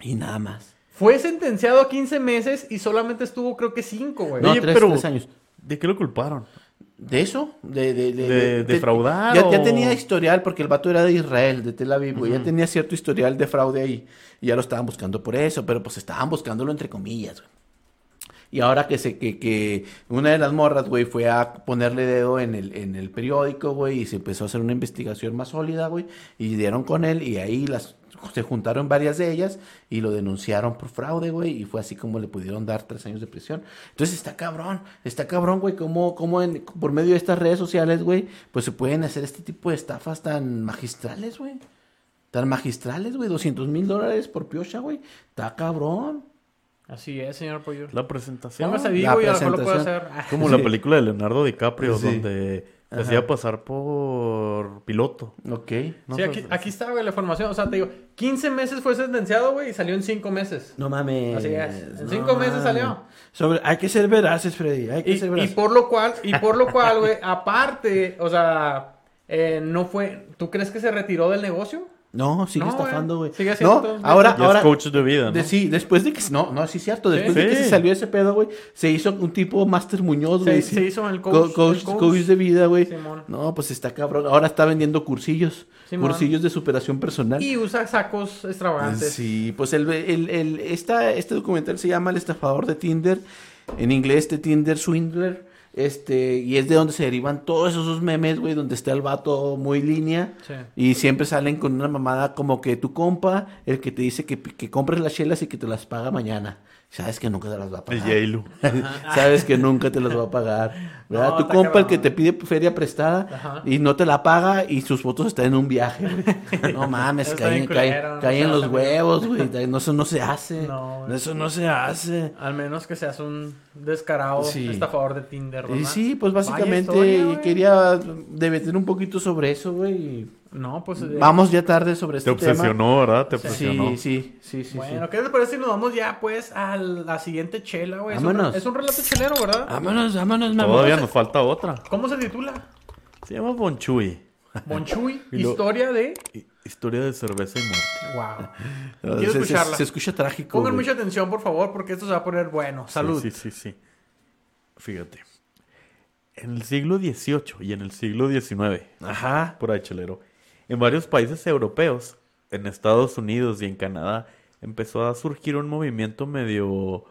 C: Y nada más.
A: Fue sentenciado a 15 meses y solamente estuvo creo que 5, güey.
C: No,
D: Oye,
C: tres,
D: pero-
C: tres años.
D: ¿De qué lo culparon?
C: ¿De eso? De, de, de,
D: ¿De defraudar
C: Ya, ya
D: o-
C: tenía historial, porque el vato era de Israel, de Tel Aviv, güey. Ya tenía cierto historial de fraude ahí. Y ya lo estaban buscando por eso, pero pues estaban buscándolo entre comillas, güey. Y ahora que se, que, que una de las morras, güey, fue a ponerle dedo en el, en el periódico, güey, y se empezó a hacer una investigación más sólida, güey, y dieron con él, y ahí las se juntaron varias de ellas y lo denunciaron por fraude, güey, y fue así como le pudieron dar tres años de prisión. Entonces está cabrón, está cabrón, güey, cómo, cómo en- por medio de estas redes sociales, güey, pues se pueden hacer este tipo de estafas tan magistrales, güey. Tan magistrales, güey, 200 mil dólares por piocha, güey. Está cabrón.
A: Así es, señor Pollo.
D: La presentación.
A: Póngase
C: la
A: vivo y a lo mejor lo puede hacer.
C: presentación.
D: Como
C: Sí.
D: la película de Leonardo DiCaprio,
C: Sí.
D: donde se
C: Ajá.
D: hacía pasar por piloto.
C: Ok.
D: ¿no?
A: Ah, sí, aquí, aquí está, güey, la información. O sea, te digo, 15 meses fue sentenciado, güey, y salió en 5 meses.
C: No mames.
A: Así es. En
C: Eh, No
A: cinco meses salió.
C: Sobre, hay que ser veraces, Freddy. Hay que
A: Y,
C: ser
A: y
C: veraces.
A: por lo cual, y por lo cual, güey, aparte, o sea, eh, no fue... ¿Tú crees que se retiró del negocio?
C: No, sigue
A: No, eh,
C: estafando, güey.
A: sigue haciendo
C: No,
A: todo bien.
C: ahora,
D: Ya
C: Ah, ahora.
D: es coach de vida, ¿no?
C: de- sí, después de que. No, no, sí es cierto. Después de que
D: Sí.
C: se salió ese pedo, güey, se hizo un tipo Master Muñoz,
A: Se,
C: güey.
A: se
C: sí.
A: hizo el
C: Co-
A: coach. el
C: coach,
A: coach.
C: coach de vida, güey.
A: Simón.
C: No, pues está cabrón. Ahora está vendiendo cursillos.
A: Simón.
C: Cursillos de superación personal.
A: Y usa sacos extravagantes.
C: Sí, pues el, el- el- esta, este documental se llama El estafador de Tinder. En inglés, de Tinder Swindler. Este, y es de donde se derivan todos esos memes, güey, donde está el vato muy línea.
A: Sí.
C: Y siempre salen con una mamada como que tu compa, el que te dice que, que compres las chelas y que te las paga mañana. Sabes que nunca te las va a
D: El
C: pagar.
D: Yailu.
C: Sabes que nunca te las va a pagar. ¿verdad?
A: No,
C: tu
A: está
C: compa, el
A: cabrón.
C: que te pide feria prestada
A: Ajá.
C: y no te la paga y sus fotos están en un viaje. güey. No mames,
A: Eso
C: caen,
A: está bien
C: caen-
A: culero, no
C: caen
A: se
C: en los
A: hace,
C: huevos, güey. No, eso no se hace.
A: No, güey.
C: eso no se hace.
A: Al menos que seas un descarado
C: Sí.
A: estafador de Tinder, ¿verdad?
C: Y sí, pues
A: Vaya
C: básicamente
A: historia, güey.
C: quería debatir un poquito sobre eso, güey. y
A: No, pues... eh,
C: Vamos ya tarde sobre
D: Te
C: este tema.
D: obsesionó, ¿verdad? Te obsesionó.
C: Sí, sí, sí, sí.
A: Bueno, ¿qué les parece si nos vamos ya, pues, a la siguiente chela, güey? Es un-
C: Vámonos.
A: Es un relato chelero, ¿verdad?
C: Vámonos, vámonos,
D: Todavía nos falta otra.
A: ¿Cómo se titula?
D: Se llama Bonchui.
A: Bonchui,
D: Y lo-
A: historia de...
D: Hi- Historia de cerveza y muerte.
A: Wow.
C: No,
A: Quiero
C: se, se-
A: escucharla.
C: se escucha trágico.
A: Pongan
C: güey.
A: mucha atención, por favor, porque esto se va a poner bueno. Salud.
D: Sí, sí, sí. sí. Fíjate. En el siglo XVIII y en el siglo XIX,
C: Ajá.
D: por ahí chelero, en varios países europeos, en Estados Unidos y en Canadá, empezó a surgir un movimiento medio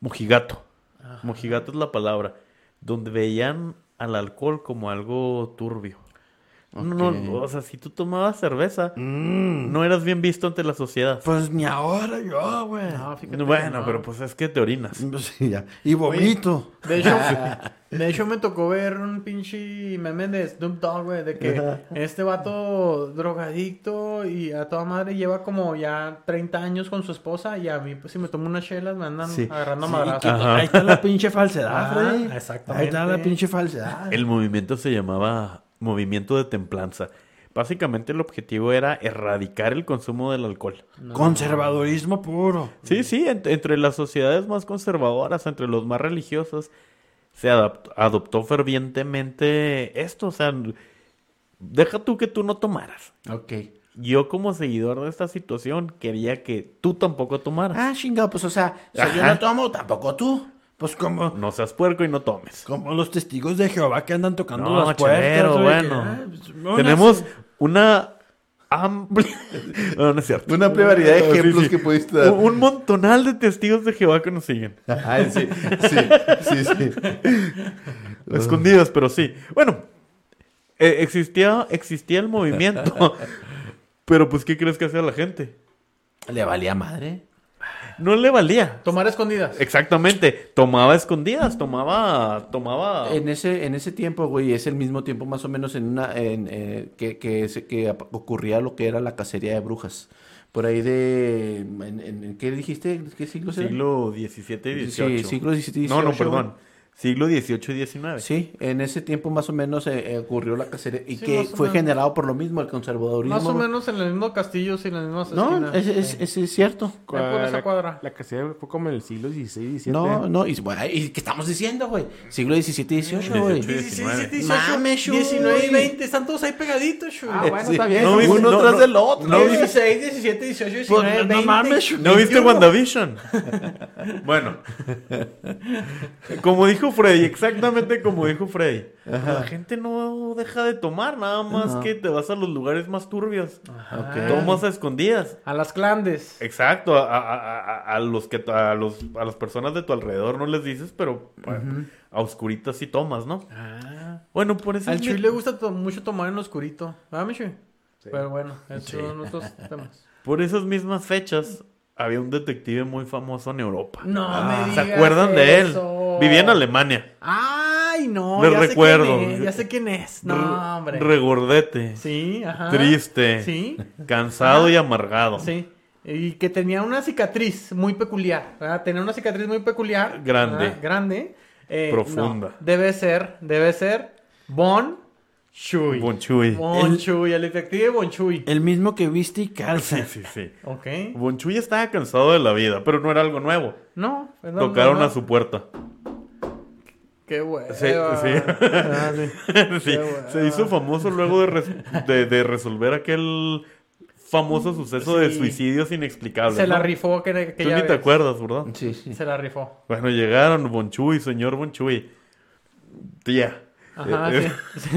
D: mojigato. Mojigato es la palabra, donde veían al alcohol como algo turbio. No, no, o sea, si tú tomabas cerveza,
A: Mm.
D: no eras bien visto ante la sociedad.
C: Mm, Pues ni ahora yo, güey.
A: No, fíjate,
D: bueno,
A: no. Mm.
D: pero pues es que te orinas.
C: Pues sí, ya. Y vomito.
A: De hecho, de hecho, me tocó ver un pinche meme de Snoop Dogg, güey, de que este vato drogadicto y a toda madre lleva como ya 30 años con su esposa y a mí, pues, si me tomo unas chelas me andan
C: Sí.
A: agarrando
C: Sí,
A: a madrazos.
C: que-
D: Ajá.
C: Ahí está la pinche falsedad,
A: Ah,
C: Freddy.
A: exactamente.
C: Ahí está la pinche falsedad.
D: El movimiento se llamaba Movimiento de Templanza. Básicamente el objetivo era erradicar el consumo del alcohol.
C: Conservadorismo puro.
D: Sí, sí, ent- entre las sociedades más conservadoras, entre los más religiosos, se adapt- adoptó fervientemente esto. O sea, n- deja tú que tú no tomaras.
C: Ok.
D: Yo como seguidor de esta situación quería que tú tampoco tomaras.
C: Ah, chingado, pues o sea, si yo
D: Ajá.
C: no tomo, tampoco tú. Pues como,
D: No seas puerco y no tomes.
C: como los testigos de Jehová que andan tocando
D: No,
C: las puertas.
D: chelero,
C: güey,
D: bueno.
C: que, ah, pues, unas-
D: Tenemos una amplia... no, no es cierto.
G: Una amplia variedad de
D: Sí, sí.
G: ejemplos que pudiste dar.
D: Un, un montonal de testigos de Jehová que nos siguen.
G: Ah, sí, sí, sí, sí.
D: Escondidas, pero sí. Bueno, eh, existía, existía el movimiento. pero pues, ¿qué crees que hacía la gente?
C: Le valía madre.
D: no le valía.
A: Tomar escondidas.
D: Exactamente, tomaba escondidas, tomaba, tomaba.
B: En ese, en ese tiempo, güey, es el mismo tiempo más o menos en una, en, eh, que, que, se- que ap- ocurría lo que era la cacería de brujas. Por ahí de, en, en- ¿qué dijiste? ¿Qué siglo era?
D: Siglo XVII y XVIII.
B: Sí, siglo XVII
D: No, no,
B: XVIII,
D: perdón. Siglo XVIII y XIX.
B: Sí, en ese tiempo más o menos eh, eh, ocurrió la cacería y
A: Sí,
B: que
A: más o
B: fue
A: menos.
B: generado por lo mismo, el conservadurismo.
A: Más o menos pues, en el mismo castillo, en las mismas
B: No,
A: esquinas.
B: es, es, es- es cierto.
A: Ahí por esa
F: La-
A: cuadra.
F: La cacería fue como en el siglo XVI, XVII.
B: No, no, y, bueno, ¿y qué estamos diciendo, güey? Siglo XVII y XVIII, güey.
D: 18.
A: 17,
D: 19.
A: 18,
B: Mames, Shui.
A: 19 y 20, están todos ahí pegaditos, Shui.
E: Ah, bueno,
B: Sí.
E: está bien.
D: Eh, No,
E: Son-
D: vi-
B: Uno
D: no,
B: tras
D: no,
B: del otro.
D: no vi-
A: 16, 17, 18, 19,
B: Pues, no
A: 20.
B: mames, Shui.
D: ¿No viste
A: 21?
D: WandaVision? bueno. Como dijo Freddy, exactamente como dijo Freddy. La gente no deja de tomar, nada más que te vas a los lugares más turbios. Tomas a escondidas.
A: A las clandes.
D: Exacto, a, a- a- a- a los que a los a las personas de tu alrededor no les dices, pero a, a oscuritas sí tomas, ¿no?
E: Ah.
D: Bueno, por eso
A: Al
D: es mi-
A: Chuy le gusta to- mucho tomar en lo oscurito. ¿Verdad, mi Chuy? Pero bueno, esos son otros temas.
D: por esas mismas fechas había un detective muy famoso en Europa. Ah,
A: No me
D: ¿Se
A: digas
D: acuerdan de él?
A: eso.
D: Vivía en Alemania.
A: Ay, no.
D: Les
A: ya
D: recuerdo.
A: Sé quién es, ya sé quién es.
D: Re-
A: No, hombre.
D: Regordete,
A: sí, ajá.
D: triste,
A: Sí,
D: cansado y amargado.
A: sí. Y que tenía una cicatriz muy peculiar. ¿verdad? Tenía una cicatriz muy peculiar.
D: Grande.
A: ¿verdad? Grande. Eh,
D: Profunda.
A: no, debe ser, debe ser Bon Chuy.
D: Bon Chuy.
A: Bon
B: El-
A: Chuy, el detective Bon Chuy.
B: El mismo que viste y calza.
D: Sí, sí, sí.
A: Ok.
D: Bon Chuy estaba cansado de la vida, pero no era algo nuevo.
A: No, pues no,
D: Tocaron
A: no, no.
D: a su puerta.
A: Qué Ah, bueno.
D: Sí, sí. Sí,
A: Qué hueva.
D: se hizo famoso luego de, res- de, de resolver aquel famoso suceso de
A: Sí.
D: suicidios inexplicables.
A: Se la
D: ¿no?
A: rifó que, que
D: Tú ni te acuerdas, ¿verdad?
B: Sí, sí.
A: Se la rifó.
D: Bueno, llegaron Bonchuy, señor Bonchuy. Tía.
A: Ajá,
D: Eh,
A: sí,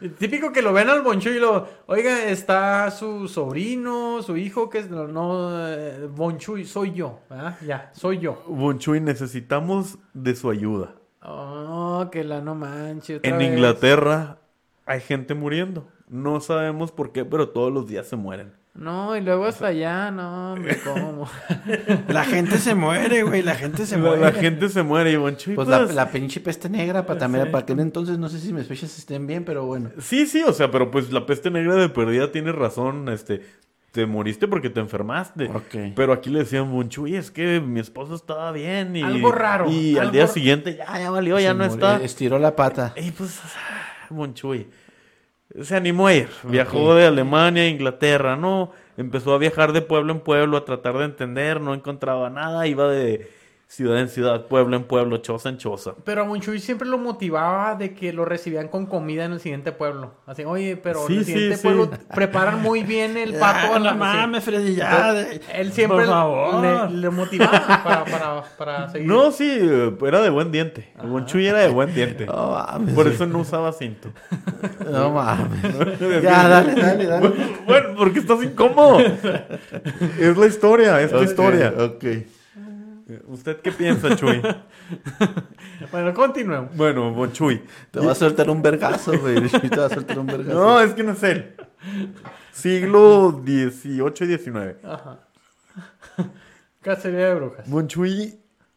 A: sí. Típico que lo ven al Bonchuy y lo... Oiga, está su sobrino, su hijo, que es... No, no eh, Bonchuy, soy yo. ¿verdad? Ya, soy yo.
D: Bonchuy, necesitamos de su ayuda.
A: Oh, que la no manche. otra
D: En
A: vez.
D: Inglaterra hay gente muriendo. No sabemos por qué, pero todos los días se mueren.
A: No, y luego hasta allá, no, me como.
B: La gente se muere, güey. La gente se
D: La,
B: muere.
D: la gente se muere y Bonchuy,
B: Pues
D: pues,
B: la, la pinche peste negra, para también, para aquel entonces, no sé si mis fechas estén bien, pero bueno.
D: Sí, sí, o sea, pero pues la peste negra de perdida tiene razón, este, te moriste porque te enfermaste.
B: Ok.
D: Pero aquí le decían mucho, y es que mi esposo estaba bien y...
A: Algo raro,
D: Y al
A: algo
D: día
A: ra-
D: siguiente ya, ya valió, ya
B: Se
D: no
B: murió,
D: está.
C: Eh,
B: Estiró la pata.
D: Y pues, Monchuy se animó a ir. Viajó de Alemania a Inglaterra, ¿no? Empezó a viajar de pueblo en pueblo a tratar de entender, no encontraba nada, iba de ciudad en ciudad, pueblo en pueblo, choza en choza.
A: Pero a Monchuy siempre lo motivaba de que lo recibían con comida en el siguiente pueblo. Así, oye, pero en
D: Sí,
A: el
D: sí,
A: siguiente
D: sí. Ah,
A: pueblo preparan muy bien el pato a
C: Ah,
A: la mame.
B: Freddy, ya.
A: Él siempre
B: Por favor.
A: Le, le motivaba para, para, para seguir.
D: No, sí, eh, era de buen diente. Monchuy era de buen diente.
B: No mames.
D: Por eso no usaba cinto.
B: No mames. ya, dale, dale, dale.
D: Bueno, porque estás incómodo. Es la historia, es la historia.
B: Ok.
D: ¿Usted qué piensa, Chuy?
A: Bueno, continuemos.
D: Bueno, Bon Chuy.
B: Te va a soltar un vergazo, güey. Te va a soltar un vergazo.
D: No, es que no es él. Siglo XVIII y XIX.
A: Ajá. Cacería de brujas.
D: Bon Chuy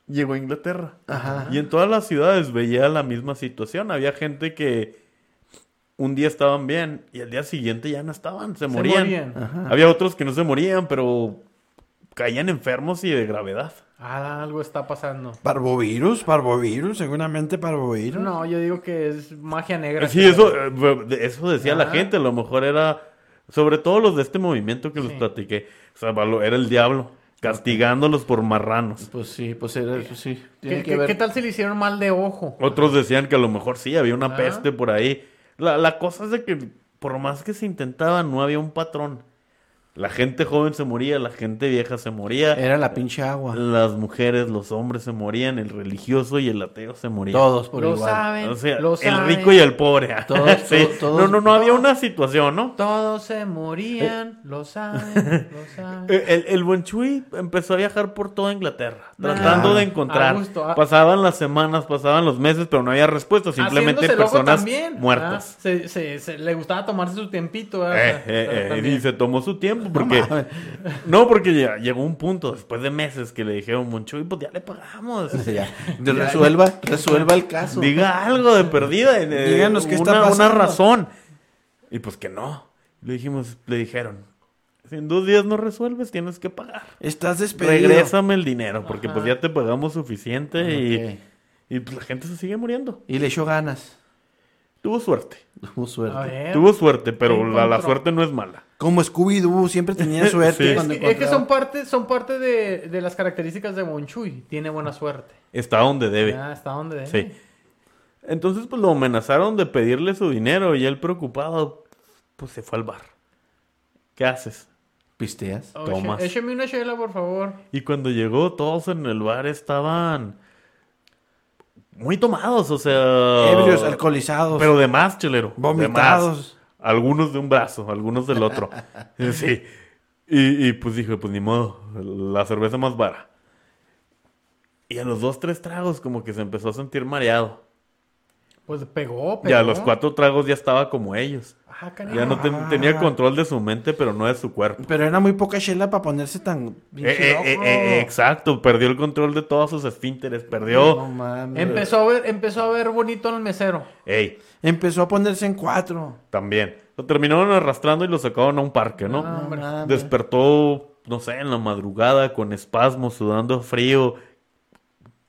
D: llegó a Inglaterra.
B: Ajá.
D: Y en todas las ciudades veía la misma situación. Había gente que un día estaban bien y al día siguiente ya no estaban, se morían.
A: morían.
D: Había otros que no se morían, pero caían enfermos y de gravedad.
A: Ah, algo está pasando.
C: Parvovirus, parvovirus, seguramente parvovirus.
A: No, yo digo que es magia negra.
D: Sí, eso, eh, bu- de- eso decía la
A: Ajá.
D: gente, a lo mejor era, sobre todo los de este movimiento que les
A: Sí.
D: platiqué, o sea, valo- era el diablo, castigándolos por marranos.
B: Pues sí, pues era, pues sí. Tiene
A: ¿Qué,
B: que
A: qué-
B: ver.
A: qué tal si le hicieron mal de ojo?
D: Otros decían que a lo mejor sí, había una
A: Ajá.
D: peste por ahí. La, la cosa es de que por más que se intentaba, no había un patrón. La gente joven se moría, la gente vieja se moría,
A: Eh,
B: Era la pinche agua.
D: las mujeres, los hombres se morían, el religioso y el ateo se morían.
B: Todos por
A: lo
B: igual.
A: saben.
D: O sea,
A: lo
D: el
A: saben.
D: rico y el pobre. ah,
B: Todos,
D: Sí.
B: todos, todos.
D: no, no, no había una situación, ¿no?
A: Todos se morían, lo saben, lo saben.
D: Eh, El, el buen Chuy empezó a viajar por toda Inglaterra, tratando
B: Ah,
D: de encontrar.
A: a gusto, ah.
D: Pasaban las semanas, pasaban los meses, pero no había respuesta. Simplemente
A: Haciéndose loco
D: personas
A: también, ¿verdad?
D: muertas.
A: Se, se- se- le gustaba tomarse su tiempito. ¿verdad?
D: Eh,
A: O sea,
D: eh, eh,
A: también.
D: y se tomó su tiempo. tiempo porque... No, porque ya llegó un punto después de meses que le dijeron mucho y pues ya le pagamos.
C: O sea, ya, resuelva, resuelva el caso.
D: Diga algo de perdida. eh,
C: Díganos qué está
D: una, una
C: pasando.
D: razón. Y pues que no. Le dijimos, le dijeron, si en dos días no resuelves, tienes que pagar.
C: Estás despedido.
D: Regrésame el dinero, porque pues
A: Ajá.
D: ya te pagamos suficiente
C: Ok.
D: y, y, pues, la gente se sigue muriendo.
C: Y le echó ganas.
D: Tuvo suerte.
C: Tuvo suerte.
A: A ver.
D: Tuvo suerte, pero la, la
A: encontró?
D: suerte no es mala.
C: Como Scooby-Doo, siempre tenía suerte.
D: Sí.
C: cuando
A: Es que
C: encontraba.
A: son parte, son parte de, de las características de Monchuy. Tiene buena suerte.
D: Está donde debe.
A: Ah, está donde debe.
D: Sí. Entonces, pues lo amenazaron de pedirle su dinero y él preocupado, pues se fue al bar. ¿Qué haces?
C: ¿Pisteas?
A: Oh,
D: Tomas.
A: eche- Écheme una chela, por favor.
D: Y cuando llegó, todos en el bar estaban muy tomados, o sea...
C: Ebrios, alcoholizados.
D: Pero de más, chelero. de más.
C: Vomitados.
D: Algunos de un brazo, algunos del otro. sí. Y, y, pues dije, pues ni modo, la cerveza más vara. Y a los dos, tres tragos como que se empezó a sentir mareado.
A: Pues pegó,
D: Y
A: pegó.
D: a los cuatro tragos ya estaba como ellos.
A: Ah, canijo.
D: Ya no te-
C: Ah.
D: tenía control de su mente, pero no de su cuerpo.
C: Pero era muy poca chela para ponerse tan
D: Eh,
C: pinche
D: eh,
C: loco.
D: eh, eh, exacto, perdió el control de todos sus esfínteres,
C: No
D: perdió...
C: mames.
A: Empezó a ver, empezó a ver bonito al mesero.
D: Ey,
C: Empezó a ponerse en cuatro.
D: también. Lo terminaron arrastrando y lo sacaron a un parque, ¿no?
A: Ah, hombre.
C: mames.
D: Despertó, no sé, en la madrugada con espasmos, sudando frío,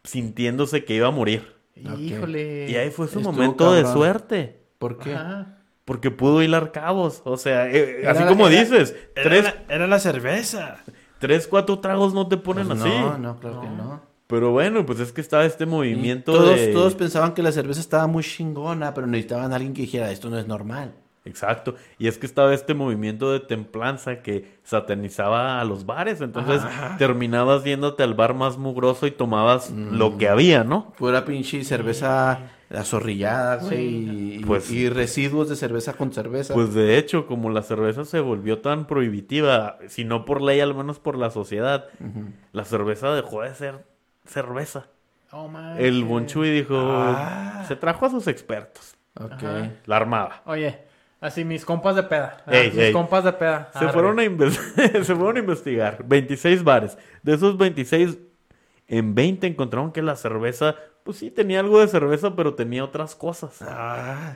D: sintiéndose que iba a morir.
A: Híjole.
D: Y ahí fue su
C: Estuvo
D: momento de
C: cabrón.
D: suerte,
C: ¿Por qué?
A: Ajá.
D: porque pudo hilar cabos. O sea, eh,
C: Era
D: así
C: la-
D: como
C: era-
D: dices,
C: Era,
D: tres,
C: la, era la cerveza.
D: tres, cuatro tragos no te ponen
C: Pues
D: así.
C: No, no, claro que no.
D: Pero bueno, pues es que estaba este movimiento
C: Todos,
D: de...
C: todos pensaban que la cerveza estaba muy chingona, pero necesitaban a alguien que dijera, esto no es normal.
D: Exacto. Y es que estaba este movimiento de templanza que satanizaba a los bares. Entonces terminabas yéndote al bar más mugroso y tomabas lo que había, ¿no?
C: Fuera pinche cerveza azorrillada, güey, y,
D: Pues-
C: y residuos de cerveza con cerveza.
D: Pues de hecho, como la cerveza se volvió tan prohibitiva, si no por ley, al menos por la sociedad, la cerveza dejó de ser cerveza.
A: Oh, man.
D: El Bonchuy dijo,
C: Ah.
D: se trajo a sus expertos,
C: Ok.
A: Ajá.
D: la armada.
A: Oye, así mis compas de peda. Ah,
D: Ey,
A: mis
D: ey.
A: compas de peda.
D: Se fueron, a inves- se fueron a investigar. 26 bares. De esos 26, en 20 encontraron que la cerveza, pues sí, tenía algo de cerveza, pero tenía otras cosas.
C: Ah.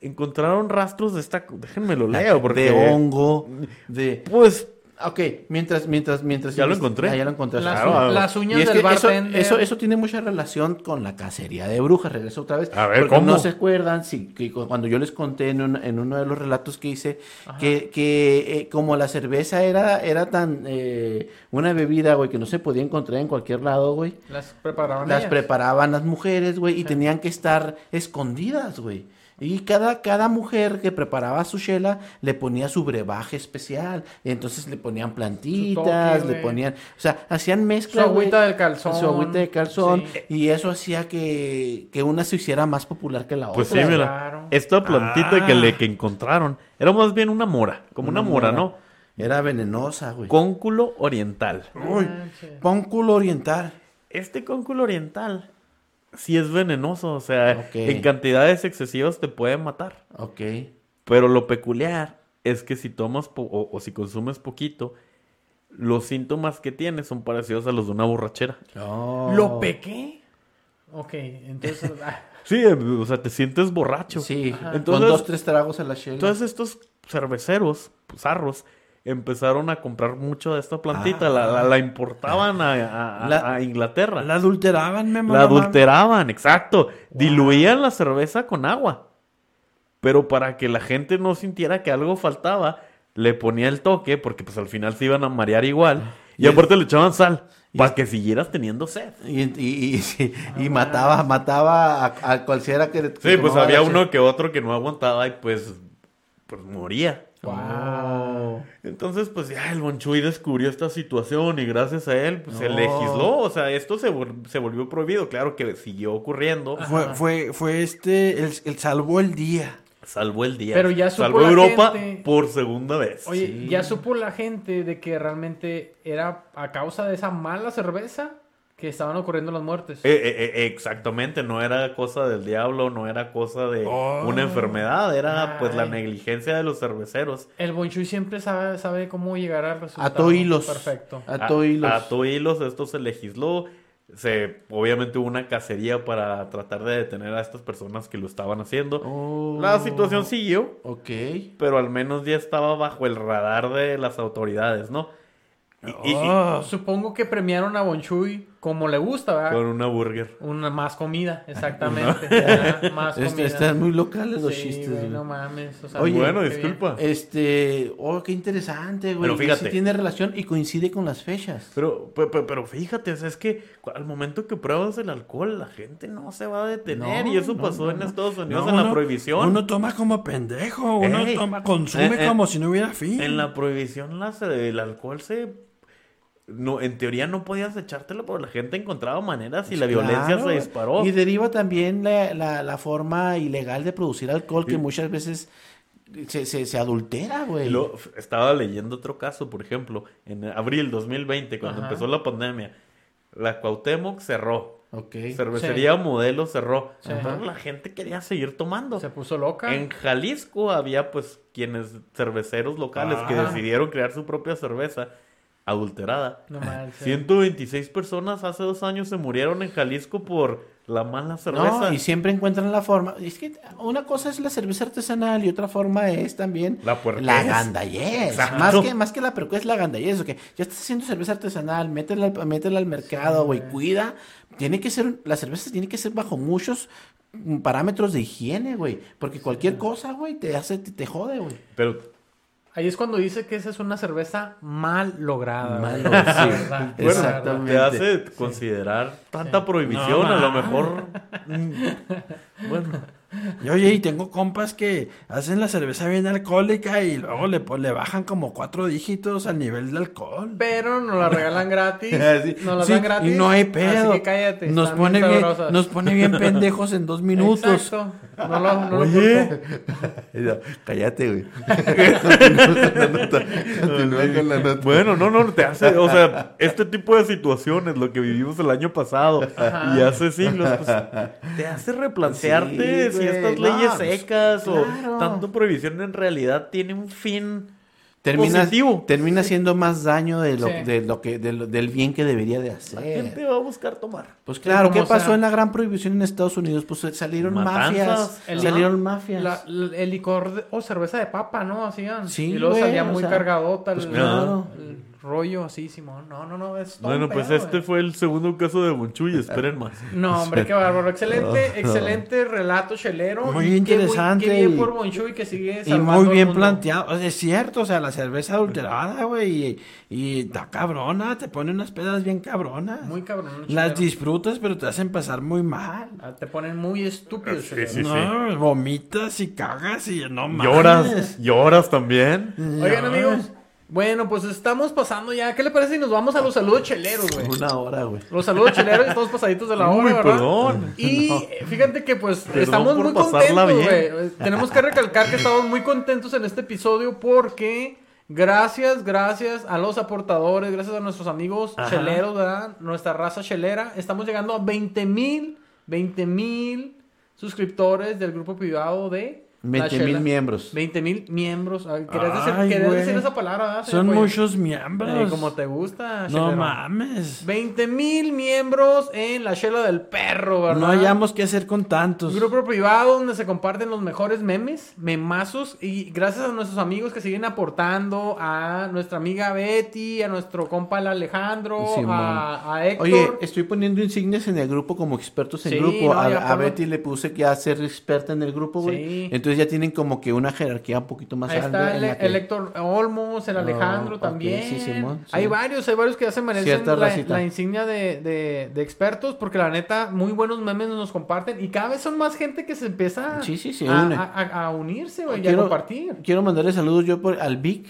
D: Encontraron rastros de esta... Déjenme lo leo, porque...
C: De hongo, de...
D: Pues,
C: Ok, mientras, mientras, mientras...
D: Ya lo encontré.
C: Ah, ya lo encontré.
A: Las,
D: Claro.
A: las uñas
C: Y es
A: del
C: que eso,
A: bartender.
C: eso, eso tiene mucha relación con la cacería de brujas. Regreso otra vez.
D: A ver,
C: porque
D: ¿cómo?
C: no se acuerdan si, que cu- cuando yo les conté en, un- en uno de los relatos que hice que, que, eh, como la cerveza era, era tan eh, una bebida, güey, que no se podía encontrar en cualquier lado, güey.
A: Las preparaban.
C: Las
A: ellas.
C: preparaban las mujeres, güey, y tenían que estar escondidas, güey. Y cada, cada mujer que preparaba su chela le ponía su brebaje especial. Entonces le ponían plantitas, le
A: güey.
C: ponían... O sea, hacían
A: Su
C: mezcla, güey.
A: agüita del calzón.
C: Su agüita de calzón.
A: Sí.
C: Y eso hacía que, que una se hiciera más popular que la
D: pues sí,
C: otra.
D: mira.
A: Claro.
D: Esta plantita
C: Ah.
D: que le que encontraron era más bien una mora, como una,
C: Una
D: mora,
C: mora.
D: ¿no?
C: Era venenosa, güey.
D: Cónculo oriental.
C: Uy,
A: Manches.
C: pónculo oriental.
D: Este cónculo oriental sí es venenoso, o sea,
C: Ok.
D: en cantidades excesivas te puede matar.
C: Ok.
D: Pero lo peculiar es que si tomas po- o, o si consumes poquito, los síntomas que tienes son parecidos a los de una borrachera.
C: Oh.
A: ¿Lo pequé? Ok, entonces. ah,
D: Sí, eh, o sea, te sientes borracho.
C: Sí, con
D: Entonces-
C: dos, tres tragos a la chela.
D: Entonces estos cerveceros, zarros, empezaron a comprar mucho de esta plantita, la, la- la importaban a, a- a-
C: Ah. La-
D: a Inglaterra.
C: la adulteraban, me
D: La adulteraban, exacto. Diluían la cerveza con agua. Pero para que la gente no sintiera que algo faltaba, le ponía el toque, porque pues al final se iban a marear igual. Ah. Y, aparte le echaban sal, para que siguieras teniendo sed.
C: Y, y- y- sí, y mataba, mataba a, a cualquiera que...
D: Sí, pues había uno que otro que no aguantaba y pues, pues moría.
A: wow.
D: Entonces, pues ya el Bonchuy descubrió esta situación y gracias a él pues, se
C: No.
D: legisló. O sea, esto se, vol- se volvió prohibido. Claro que siguió ocurriendo.
C: Fue, fue, fue este, el, el salvó el día.
D: Salvó el día.
A: Pero ya supo
D: Salvó
A: la
D: Europa
A: gente.
D: por segunda vez.
A: Oye, ¿ya supo la gente de que realmente era a causa de esa mala cerveza? que estaban ocurriendo las muertes.
D: Eh, eh, eh, exactamente, no era cosa del diablo, no era cosa de
C: Oh.
D: una enfermedad, era pues la
A: Ay.
D: negligencia de los cerveceros.
A: El Bonchui siempre sabe, sabe cómo llegar al resultado.
C: A todo hilos.
A: Ah, Perfecto.
C: A todo hilos.
D: A todo hilos, esto se legisló. Se, obviamente hubo una cacería para tratar de detener a estas personas que lo estaban haciendo.
C: Oh.
D: La situación siguió.
C: Ok.
D: pero al menos ya estaba bajo el radar de las autoridades, ¿no? Y- y- y-
C: Oh.
A: Supongo que premiaron a Bonchui como le gusta, ¿verdad?
D: con una burger.
A: Una más comida, exactamente. Ajá, más
C: Este-
A: comida.
C: están muy locales los
A: Sí,
C: chistes.
A: güey,
C: güey.
A: no mames. o sea,
C: Oye,
D: bueno,
A: qué bien.
D: disculpa.
C: Este, oh, qué interesante, güey.
D: Pero
C: que
D: fíjate.
C: sí tiene relación y coincide con las fechas.
D: Pero, pe- pe- pero, fíjate, o sea, es que cu- al momento que pruebas el alcohol, la gente no se va a detener.
C: No,
D: y eso
C: no,
D: pasó
C: no,
D: en
C: no.
D: Estados
A: Oh,
D: Unidos
B: No,
D: en la
B: uno-
D: prohibición.
B: Uno toma como pendejo, uno
D: Ey.
B: toma, consume
D: Eh, eh.
B: como si no hubiera fin.
D: En la prohibición las- el alcohol se... No, en teoría no podías echártelo, pero la gente encontraba maneras y la violencia
C: Pues Claro,
D: se
C: güey.
D: disparó.
C: Y deriva también la, la- la forma ilegal de producir alcohol que muchas veces se, se- se adultera, güey.
D: Y luego, f- estaba leyendo otro caso, por ejemplo, en abril 2020, cuando
A: Ajá.
D: empezó la pandemia, la Cuauhtémoc cerró.
C: Ok.
D: Cervecería Modelo cerró.
A: Sí.
D: Pero la gente quería seguir tomando.
A: Se puso loca.
D: En Jalisco había pues quienes cerveceros locales que
A: Ah.
D: decidieron crear su propia cerveza adulterada.
A: No manches.
D: 126 personas hace dos años se murieron en Jalisco por la mala cerveza.
C: No, y siempre encuentran la forma. Es que una cosa es la cerveza artesanal y otra forma es también
D: La puerta
C: la
D: es.
C: gandayez.
D: Exacto.
C: Más que, más que la percuez, la gandayez. que ya estás haciendo cerveza artesanal, métela, al- métela al mercado, güey, cuida. Tiene que ser, la cerveza tiene que ser bajo muchos mm, parámetros de higiene, güey. Porque cualquier cosa, güey, te hace, te, te jode, güey.
D: Pero
A: Ahí es cuando dice que esa es una cerveza mal lograda.
C: Mal
A: güey.
C: lograda,
A: La
C: sí.
A: verdad, la
D: Bueno,
A: verdad.
C: Exactamente.
D: te hace considerar tanta prohibición,
B: No,
D: a lo
B: man.
D: mejor. mm, bueno,
B: Y oye, y tengo compas que hacen la cerveza bien alcohólica y luego le, pon- le bajan como cuatro dígitos al nivel de alcohol.
A: Pero nos la regalan gratis. Nos la
B: Sí,
A: dan gratis.
B: y no hay pedo.
A: Así que cállate.
B: nos,
A: están
B: pone
A: bien
B: bien,
A: sabrosas.
B: nos pone bien pendejos en dos minutos.
A: Exacto. No lo, no lo culpo.
C: Cállate, güey.
D: Bueno, no, no, te hace, o sea, este tipo de situaciones, lo que vivimos el año pasado
A: Ajá.
D: y hace siglos, pues, te hace replantearte
C: Sí,
D: si
C: güey,
D: estas
C: no,
D: leyes
C: pues,
D: secas
C: claro.
D: o tanto prohibición en realidad tiene un fin.
C: Termina,
D: Positivo.
C: termina haciendo más daño de lo,
A: Sí.
C: de lo que, de lo- del bien que debería de
D: La
C: hacer.
D: gente va a buscar tomar.
C: Pues claro,
A: como
C: ¿qué pasó
A: sea.
C: en la gran prohibición en Estados Unidos? Pues eh, salieron
D: Matanzas.
C: mafias.
A: El-
C: salieron mafias.
A: La- la- el licor de- o cerveza de papa, ¿no? Hacían.
C: Sí,
A: y luego
C: güey,
A: salía
C: o
A: muy
C: sea,
A: cargadota
B: pues
A: el,
D: claro.
A: el rollo así, Simón. No, no, no. Es todo
D: Bueno,
A: un
D: pues
A: pedo,
D: este
A: güey.
D: fue el segundo caso de Bonchuy, esperen más.
A: No, hombre, qué bárbaro. Excelente, excelente relato chelero. Y qué
B: Muy
A: buen-
B: interesante
A: Qué bien,
B: y-
A: por Bonchuy que sigue
B: Y
A: salvando
B: muy
A: al
B: bien
A: mundo.
B: planteado. O sea, es cierto, o sea, la cerveza adulterada, güey, y, y está cabrona, te pone unas pedas bien cabronas.
A: Muy cabrón. chelero.
B: Las disfrutas, pero te hacen pasar muy mal.
A: Ah, Te ponen muy estúpido, chelero.
D: Sí,
B: no, vomitas y cagas y no mames.
D: Lloras, lloras también.
A: Oigan, amigos. Bueno, pues estamos pasando ya. ¿Qué le parece si nos vamos a los saludos cheleros, güey?
C: Una hora, güey.
A: Los saludos cheleros, estamos pasaditos de la hora,
D: Uy,
A: ¿verdad?
D: perdón.
A: Y eh, fíjate que pues
D: Perdón
A: estamos
D: por
A: muy
D: pasarla
A: contentos,
D: bien.
A: güey. Eh, Tenemos que recalcar que estamos muy contentos en este episodio porque gracias, gracias a los aportadores, gracias a nuestros amigos cheleros, ¿verdad? Nuestra raza chelera. Estamos llegando a 20 mil, 20 mil suscriptores del grupo privado de... La
C: 20
A: Chela.
C: mil miembros.
A: 20 mil miembros. Ay, Querías, decir,
B: Ay,
A: querías
B: güey.
A: decir esa palabra, ¿verdad? señor
B: Son
A: Pollo?
B: muchos
A: Eh,
B: miembros.
A: como te gusta,
B: no
A: chelero.
B: mames.
A: 20 mil miembros en la chela del perro, ¿verdad?
B: No hayamos qué hacer con tantos.
A: Grupo privado donde se comparten los mejores memes, memazos. Y gracias a nuestros amigos que siguen aportando, a nuestra amiga Betty, a nuestro compa el Alejandro,
C: Simón.
A: a, a Héctor.
C: Oye, estoy poniendo insignias en el grupo como expertos en
A: Sí,
C: grupo.
A: no,
C: a,
A: ya
C: a
A: ponlo.
C: Betty le puse que a ser experta en el grupo, güey.
A: Sí.
C: Entonces ya tienen como que una jerarquía un poquito más
A: Ahí
C: alta.
A: está
C: en
A: el, E-
C: la que-
A: el Héctor Olmos, el Alejandro
C: ok,
A: también.
C: sí, Simón, sí.
A: Hay varios, hay varios que ya se merecen
C: Cierta
A: la,
C: racita.
A: la insignia de, de- de expertos, porque la neta, muy buenos memes nos comparten y cada vez son más gente que se empieza
C: Sí, sí, se
A: a,
C: une.
A: a- a- a unirse güey, y a
C: Quiero-
A: compartir.
C: Quiero mandarle saludos yo por, al Vic.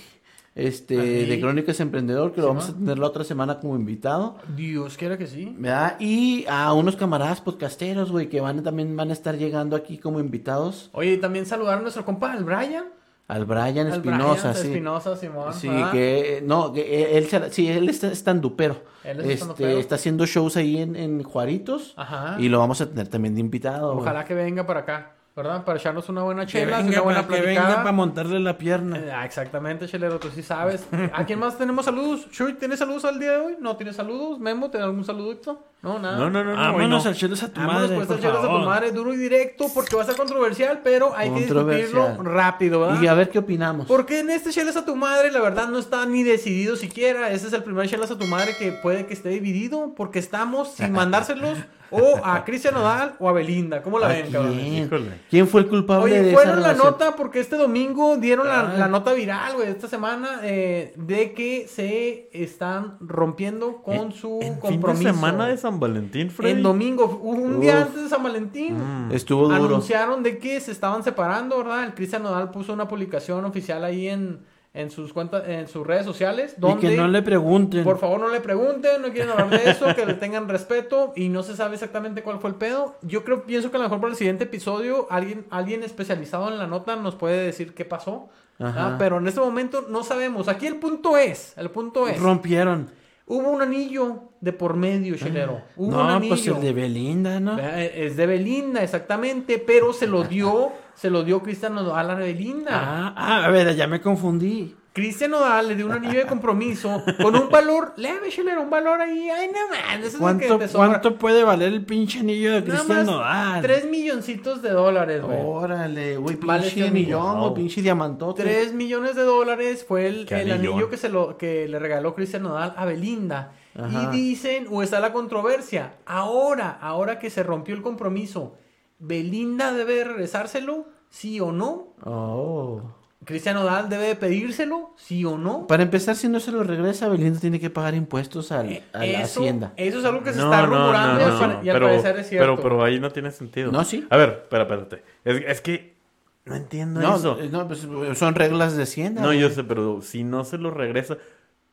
C: Este,
A: Al Vic.
C: de Crónicas Emprendedor, que lo vamos a
A: Simón.
C: tener la otra semana como invitado.
A: Dios quiera que sí.
C: ¿verdad? Y a unos camaradas podcasteros, güey, que van, también van a estar llegando aquí como invitados.
A: Oye, y también saludar a nuestro compa, el Brian.
C: Al Brian
A: Al
C: Espinosa,
A: Brian
C: sí.
A: Espinosa, Simón.
C: Sí,
A: ah,
C: que no, que él, se la- sí, él está estandupero.
A: Él es
C: este,
A: estandupero.
C: está haciendo shows ahí en, en Juaritos
A: Ajá.
C: y lo vamos a tener también de invitado. güey.
A: Ojalá que venga para acá, ¿verdad? Para echarnos una buena
B: Que
A: chela, una
B: venga,
A: buena
B: para, que venga
A: platicada.
B: para montarle la pierna.
A: Eh, ah, exactamente, chelero, tú sí sabes. ¿A quién más tenemos saludos? Chuy, ¿tienes saludos al día de hoy? ¿No tienes saludos? Memo, ¿tienes algún saludito? No, nada.
D: No, no, no, no. hoy no.
B: Vámonos al chelos a tu
A: Ah, Vámonos
B: madre.
A: pues
B: por
A: al chelas a tu
B: favor.
A: madre, duro y directo, porque va a ser controversial, pero hay que discutirlo
C: Controversial.
A: rápido, ¿verdad?
C: Y a ver qué opinamos.
A: Porque en este Chelas a tu madre, la verdad, no está ni decidido siquiera. Este es el primer Chelas a tu madre que puede que esté dividido, porque estamos sin mandárselos o a Cristian Nodal o a Belinda. ¿Cómo la
C: ¿A
A: ven, cabrón?
C: quién?
D: Híjole.
C: ¿Quién fue el culpable de
A: Oye,
C: esa
A: fueron la
C: relación?
A: nota porque este domingo dieron la, la nota viral, güey, esta semana, eh, de que se están rompiendo con su
D: En
A: compromiso.
D: Fin de semana de San Valentín, Freddy.
A: En domingo, un día antes de San Valentín.
C: Mm, Estuvo duro.
A: Anunciaron de que se estaban separando, ¿verdad? El Cristian Nodal puso una publicación oficial ahí en, en sus cuentas, en sus redes sociales,
B: Y
A: donde
B: que no le pregunten.
A: por favor no le pregunten, no quieren hablar de eso, que le tengan respeto y no se sabe exactamente cuál fue el pedo. Yo creo, pienso que a lo mejor para el siguiente episodio alguien, alguien especializado en la nota nos puede decir qué pasó.
C: Ajá.
A: Ah, Pero en este momento no sabemos. Aquí el punto es, el punto es,
B: Rompieron.
A: hubo un anillo de por medio, chelero. Hubo un
B: Ah. No,
A: anillo.
B: pues el de Belinda, ¿no?
A: Ah, Es de Belinda, exactamente, pero se lo dio, se lo dio Cristian Nodal a la Belinda.
B: Ah, ah, a ver, ya me confundí.
A: Cristian Nodal le dio un anillo de compromiso con un valor leve, chelero, un valor ahí, ay, no man, eso es lo que
B: ¿Cuánto,
A: te sobra.
B: ¿Cuánto puede valer el pinche anillo de
A: Nada
B: Cristian
A: más
B: Nodal? Oh,
A: tres milloncitos de dólares, güey.
C: Órale, güey, pinche
A: Vale este
C: millón,
D: millón.
C: güey, pinche diamantote.
A: Tres millones de dólares fue el,
D: Qué
A: el
D: anillón.
A: anillo que se lo que le regaló Cristian Nodal a Belinda.
C: Ajá.
A: Y dicen, o está la controversia, ahora, ahora que se rompió el compromiso, ¿Belinda debe regresárselo? ¿Sí o no?
C: Oh.
A: ¿Cristian Nodal debe pedírselo? ¿Sí o no?
C: Para empezar, si no se lo regresa, Belinda tiene que pagar impuestos al,
A: Eh,
C: a la
A: eso-
C: hacienda.
A: Eso es algo que se
D: No,
A: está
D: no,
A: rumorando
D: no,
A: y al
D: no,
A: pare- y al
D: pero,
A: parecer es cierto.
D: Pero, pero ahí no tiene sentido.
C: No, sí.
D: A ver, espera, espérate. Es, es que no entiendo
C: No,
D: eso.
C: eh, no, pues, son reglas de hacienda.
D: No,
C: güey.
D: yo sé, pero si no se lo regresa.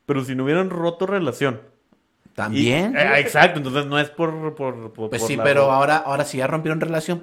D: Pero si no hubieran roto relación. Y-
C: También.
D: eh, exacto, entonces no es por. por, por-
C: pues
D: por
C: sí,
D: la- Pues,
C: pero ahora, ahora sí ya rompieron relación.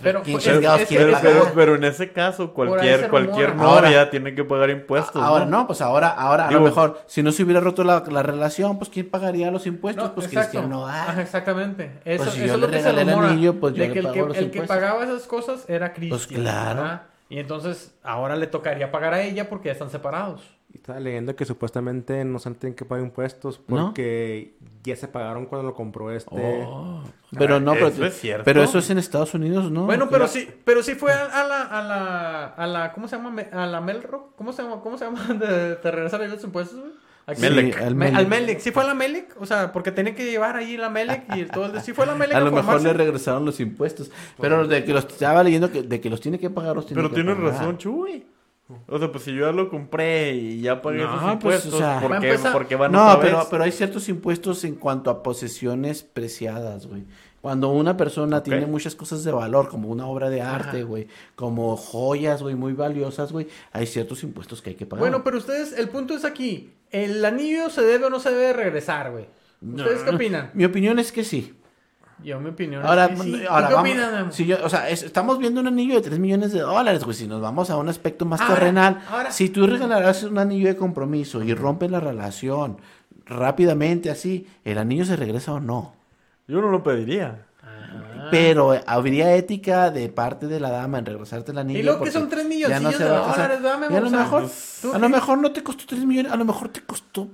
A: Pero,
C: ¿Quién
A: pues,
C: chingados
A: es- es-
C: quiere
D: Pero,
A: es-
C: pagar?
D: pero- pero en ese caso,
A: se
D: cualquier,
A: rumora.
D: cualquier
C: Ahora-
D: novia tiene que pagar impuestos.
C: Ahora no, pues ahora, ahora a lo
D: Digo-
C: mejor, si no se hubiera roto la, la relación, pues quién pagaría los impuestos,
A: No,
C: pues
A: exacto.
C: Cristian no
A: Ajá,
D: este,
A: exactamente. Eso,
C: Pues si
A: eso
C: yo
A: es lo
C: le
A: que se
C: regalé el
A: rumora.
C: anillo, pues yo
A: de
C: le
A: que el que,
C: pago los
A: el que
C: impuestos. Pues,
A: pagaba esas cosas era Cristian.
C: claro.
A: ¿verdad? Y entonces ahora le tocaría pagar a ella porque ya están separados.
E: Y Estaba leyendo que supuestamente no se tienen que pagar impuestos
C: ¿No? Oh.
E: porque ya se pagaron cuando lo compró este.
C: Pero no, pero,
D: ¿eso es cierto?
C: pero eso es en Estados Unidos, ¿no?
A: bueno, pero sí, pero sí fue a, a la, a la, a la, ¿cómo se llama? Me- A la Melro, ¿cómo se llama? ¿Cómo se llama? De, de regresar a los impuestos, güey. Aquí.
C: Sí,
D: Melec.
C: al
A: Me-
C: Melec.
A: al Melec, sí fue a la Melec, o sea, porque tenía que llevar ahí la Melec y todo el de... Sí fue a la Melec
C: A lo mejor
A: formarse.
C: le regresaron los impuestos. Pero de que los estaba leyendo que, de que los tiene que pagar los tiene
D: Pues Pero
C: que
D: tienes
C: pagar.
D: razón, Chuy. O sea, pues si yo ya lo compré y ya pagué
B: No,
D: esos
B: pues,
D: impuestos,
B: o sea,
A: va
D: ¿por,
A: a
D: qué,
A: empezar-
D: por qué van
C: No,
D: otra
C: pero,
D: vez?
C: pero hay ciertos impuestos en cuanto a posesiones preciadas, güey. Cuando una persona tiene muchas cosas de valor, como una obra de arte, güey, como joyas, güey, muy valiosas, güey, hay ciertos impuestos que hay que pagar.
A: Bueno, pero ustedes, el punto es aquí. ¿El anillo se debe o no se debe regresar, güey? ¿Ustedes qué opinan?
C: Mi opinión es que sí.
A: Yo, mi opinión
C: Ahora,
A: es que sí. ¿Tú
C: ahora
A: qué
C: vamos.
A: opinas, Memo?
C: si yo- o sea, es- estamos viendo un anillo de 3 millones de dólares, güey. Si nos vamos a un aspecto más
A: Ahora,
C: terrenal,
A: ahora.
C: si tú regalarás un anillo de compromiso y rompes la relación rápidamente, así, ¿el anillo se regresa o no?
D: Yo no lo pediría.
A: Ah.
C: Pero eh, habría ética de parte de la dama en regresarte el anillo.
A: Y luego que
C: porque
A: son tres
C: ya no
A: milloncillos
C: se
A: de
C: va a casar.
A: dólares, dame,
C: Y a lo
A: o sea,
C: mejor,
A: tú
C: a lo
A: qué-
C: mejor no te costó 3 millones, a lo mejor te costó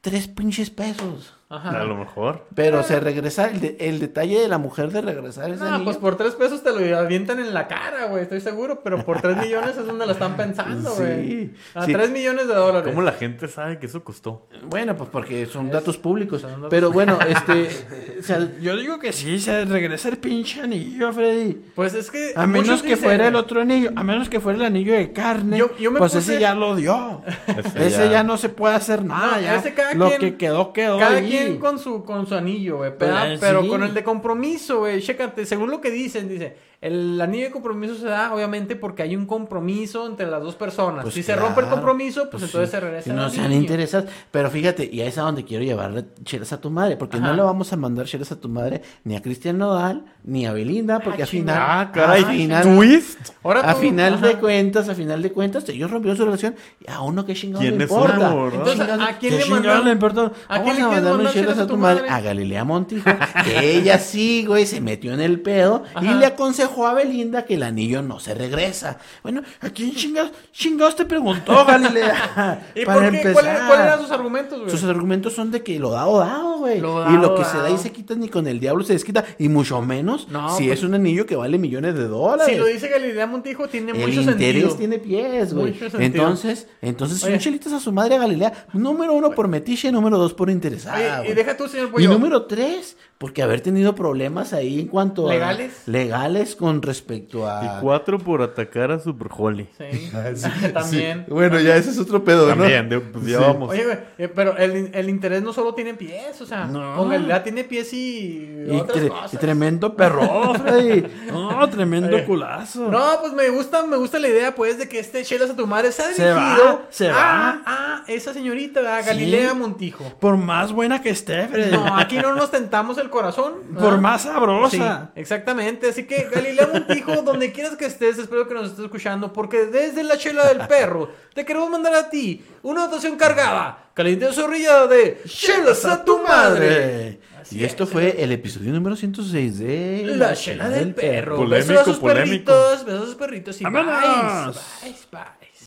C: tres pinches pesos.
A: Ajá.
D: A lo mejor.
C: Pero se regresa, el, de- el detalle de la mujer de regresar ese
A: No,
C: anillo.
A: pues por tres pesos te lo avientan en la cara, güey, estoy seguro. Pero por tres millones es donde la están pensando,
C: Sí,
A: güey. a
C: sí.
A: tres millones de dólares.
D: ¿Cómo la gente sabe que eso costó?
C: Bueno, pues porque son datos públicos.
A: son datos-
C: Pero bueno, este. o sea,
B: Yo digo que sí, se regresa el pinche anillo, Freddy.
A: Pues es que...
B: A menos
A: muchos
B: que
A: dicen-
B: fuera el otro anillo, a menos que fuera el anillo de carne,
A: Yo- yo me
B: pues
A: puse-
D: Este
B: ese ya lo dio. ese ya no se puede hacer nada.
A: No,
B: ya.
A: ese cada
B: lo
A: quien-
B: que quedó, quedó.
A: Cada
B: ahí,
A: quien bien con su, con su anillo, güey.
H: Pues,
A: Pero,
H: ah,
A: pero
H: sí.
A: con el de compromiso, güey. Chécate, según lo que dicen, dice, el anillo de compromiso se da, obviamente, porque hay un compromiso entre las dos personas.
C: Pues
A: si se
C: claro,
A: rompe el compromiso, pues,
C: pues
A: entonces
C: sí,
A: se regresa.
C: Si
A: el
C: no sean
A: anillo.
C: interesadas. Pero fíjate, y ahí es a donde quiero llevarle chelas a tu madre, porque
A: Ajá.
C: no le vamos a mandar chelas a tu madre ni a Cristian Nodal ni a Belinda, porque
A: Ah,
C: al final.
A: chingada.
C: al final-
D: ¿Twist?
A: Ahora
C: a
A: tú-
C: final
A: ajá.
C: de cuentas, a final de cuentas, ellos rompieron su relación y a uno que chingado le
D: ¿Quién es
C: importa.
D: uno, verdad?
C: Entonces,
A: Entonces, ¿a quién
C: ¿qué
A: le
C: chingado
A: mandaron?
C: le importa?
A: ¿A quién le
C: Vamos a
A: quieres
C: mandarle
A: mandar
C: chelas a tu madre. A Galilea Montijo, que ella sí, güey, se metió en el pedo
A: Ajá.
C: y le aconsejó a Belinda que el anillo no se regresa. Bueno, ¿a quién chingados, chingados te preguntó, Galilea?
A: ¿Y
C: Para
A: por qué?
C: empezar.
A: ¿Cuáles cuáles eran sus argumentos, güey?
C: Sus argumentos son de que lo dado, dado, güey.
A: Lo
C: y
A: dado,
C: lo que se
A: dado.
C: da y se quita ni con el diablo se desquita. Y mucho menos
A: No,
C: si
A: pues-
C: es un anillo que vale millones de dólares.
A: Si lo dice Galilea Montijo, tiene
C: El
A: mucho
C: interés
A: sentido.
C: tiene pies, güey.
A: Mucho sentido.
C: Entonces, entonces
A: Oye.
C: son chelitas a su madre a Galilea. Número uno por metiche, número dos por
A: Oye,
C: interesada.
A: y
C: Ah, güey.
A: deja tú, señor
C: y
A: Pollo.
C: número tres, porque haber tenido problemas ahí en cuanto a-
A: ¿Legales?
C: legales con respecto a
D: Y cuatro por atacar a Super Holly.
A: Sí. También.
C: Bueno, ya ese es otro pedo,
D: También, de- pues, ya vamos.
A: Oye, güey, eh, pero el, el interés no solo tiene pies, o sea,
B: No.
A: con Galilea tiene pies y,
C: Y,
A: otras
C: tre- y
A: cosas.
C: tremendo perro, Freddy.
B: No, tremendo
A: Oye.
B: culazo.
A: No, pues me gusta, me gusta la idea, pues, de que este chelas a tu madre se ha
B: Se
A: dirigido
B: va, se
A: a,
B: va.
A: a esa señorita, ¿verdad? Galilea Montijo.
B: Por más buena que esté, Freddy.
A: No, aquí no nos tentamos el corazón. ¿verdad?
B: Por más
A: Sí,
B: sabrosa.
A: exactamente. Así que, Galilea Montijo, donde quieras que estés, espero que nos estés escuchando, porque desde la chela del perro te queremos mandar a ti una dotación cargada, caliente de zorrilla de chelas a tu madre.
C: y esto fue el episodio número 106 de
A: La chela del perro.
D: Polémico,
A: besos a sus
D: polémico.
A: perritos, besos a sus perritos y bye.
B: ¡Vámonos!
A: Bye, bye.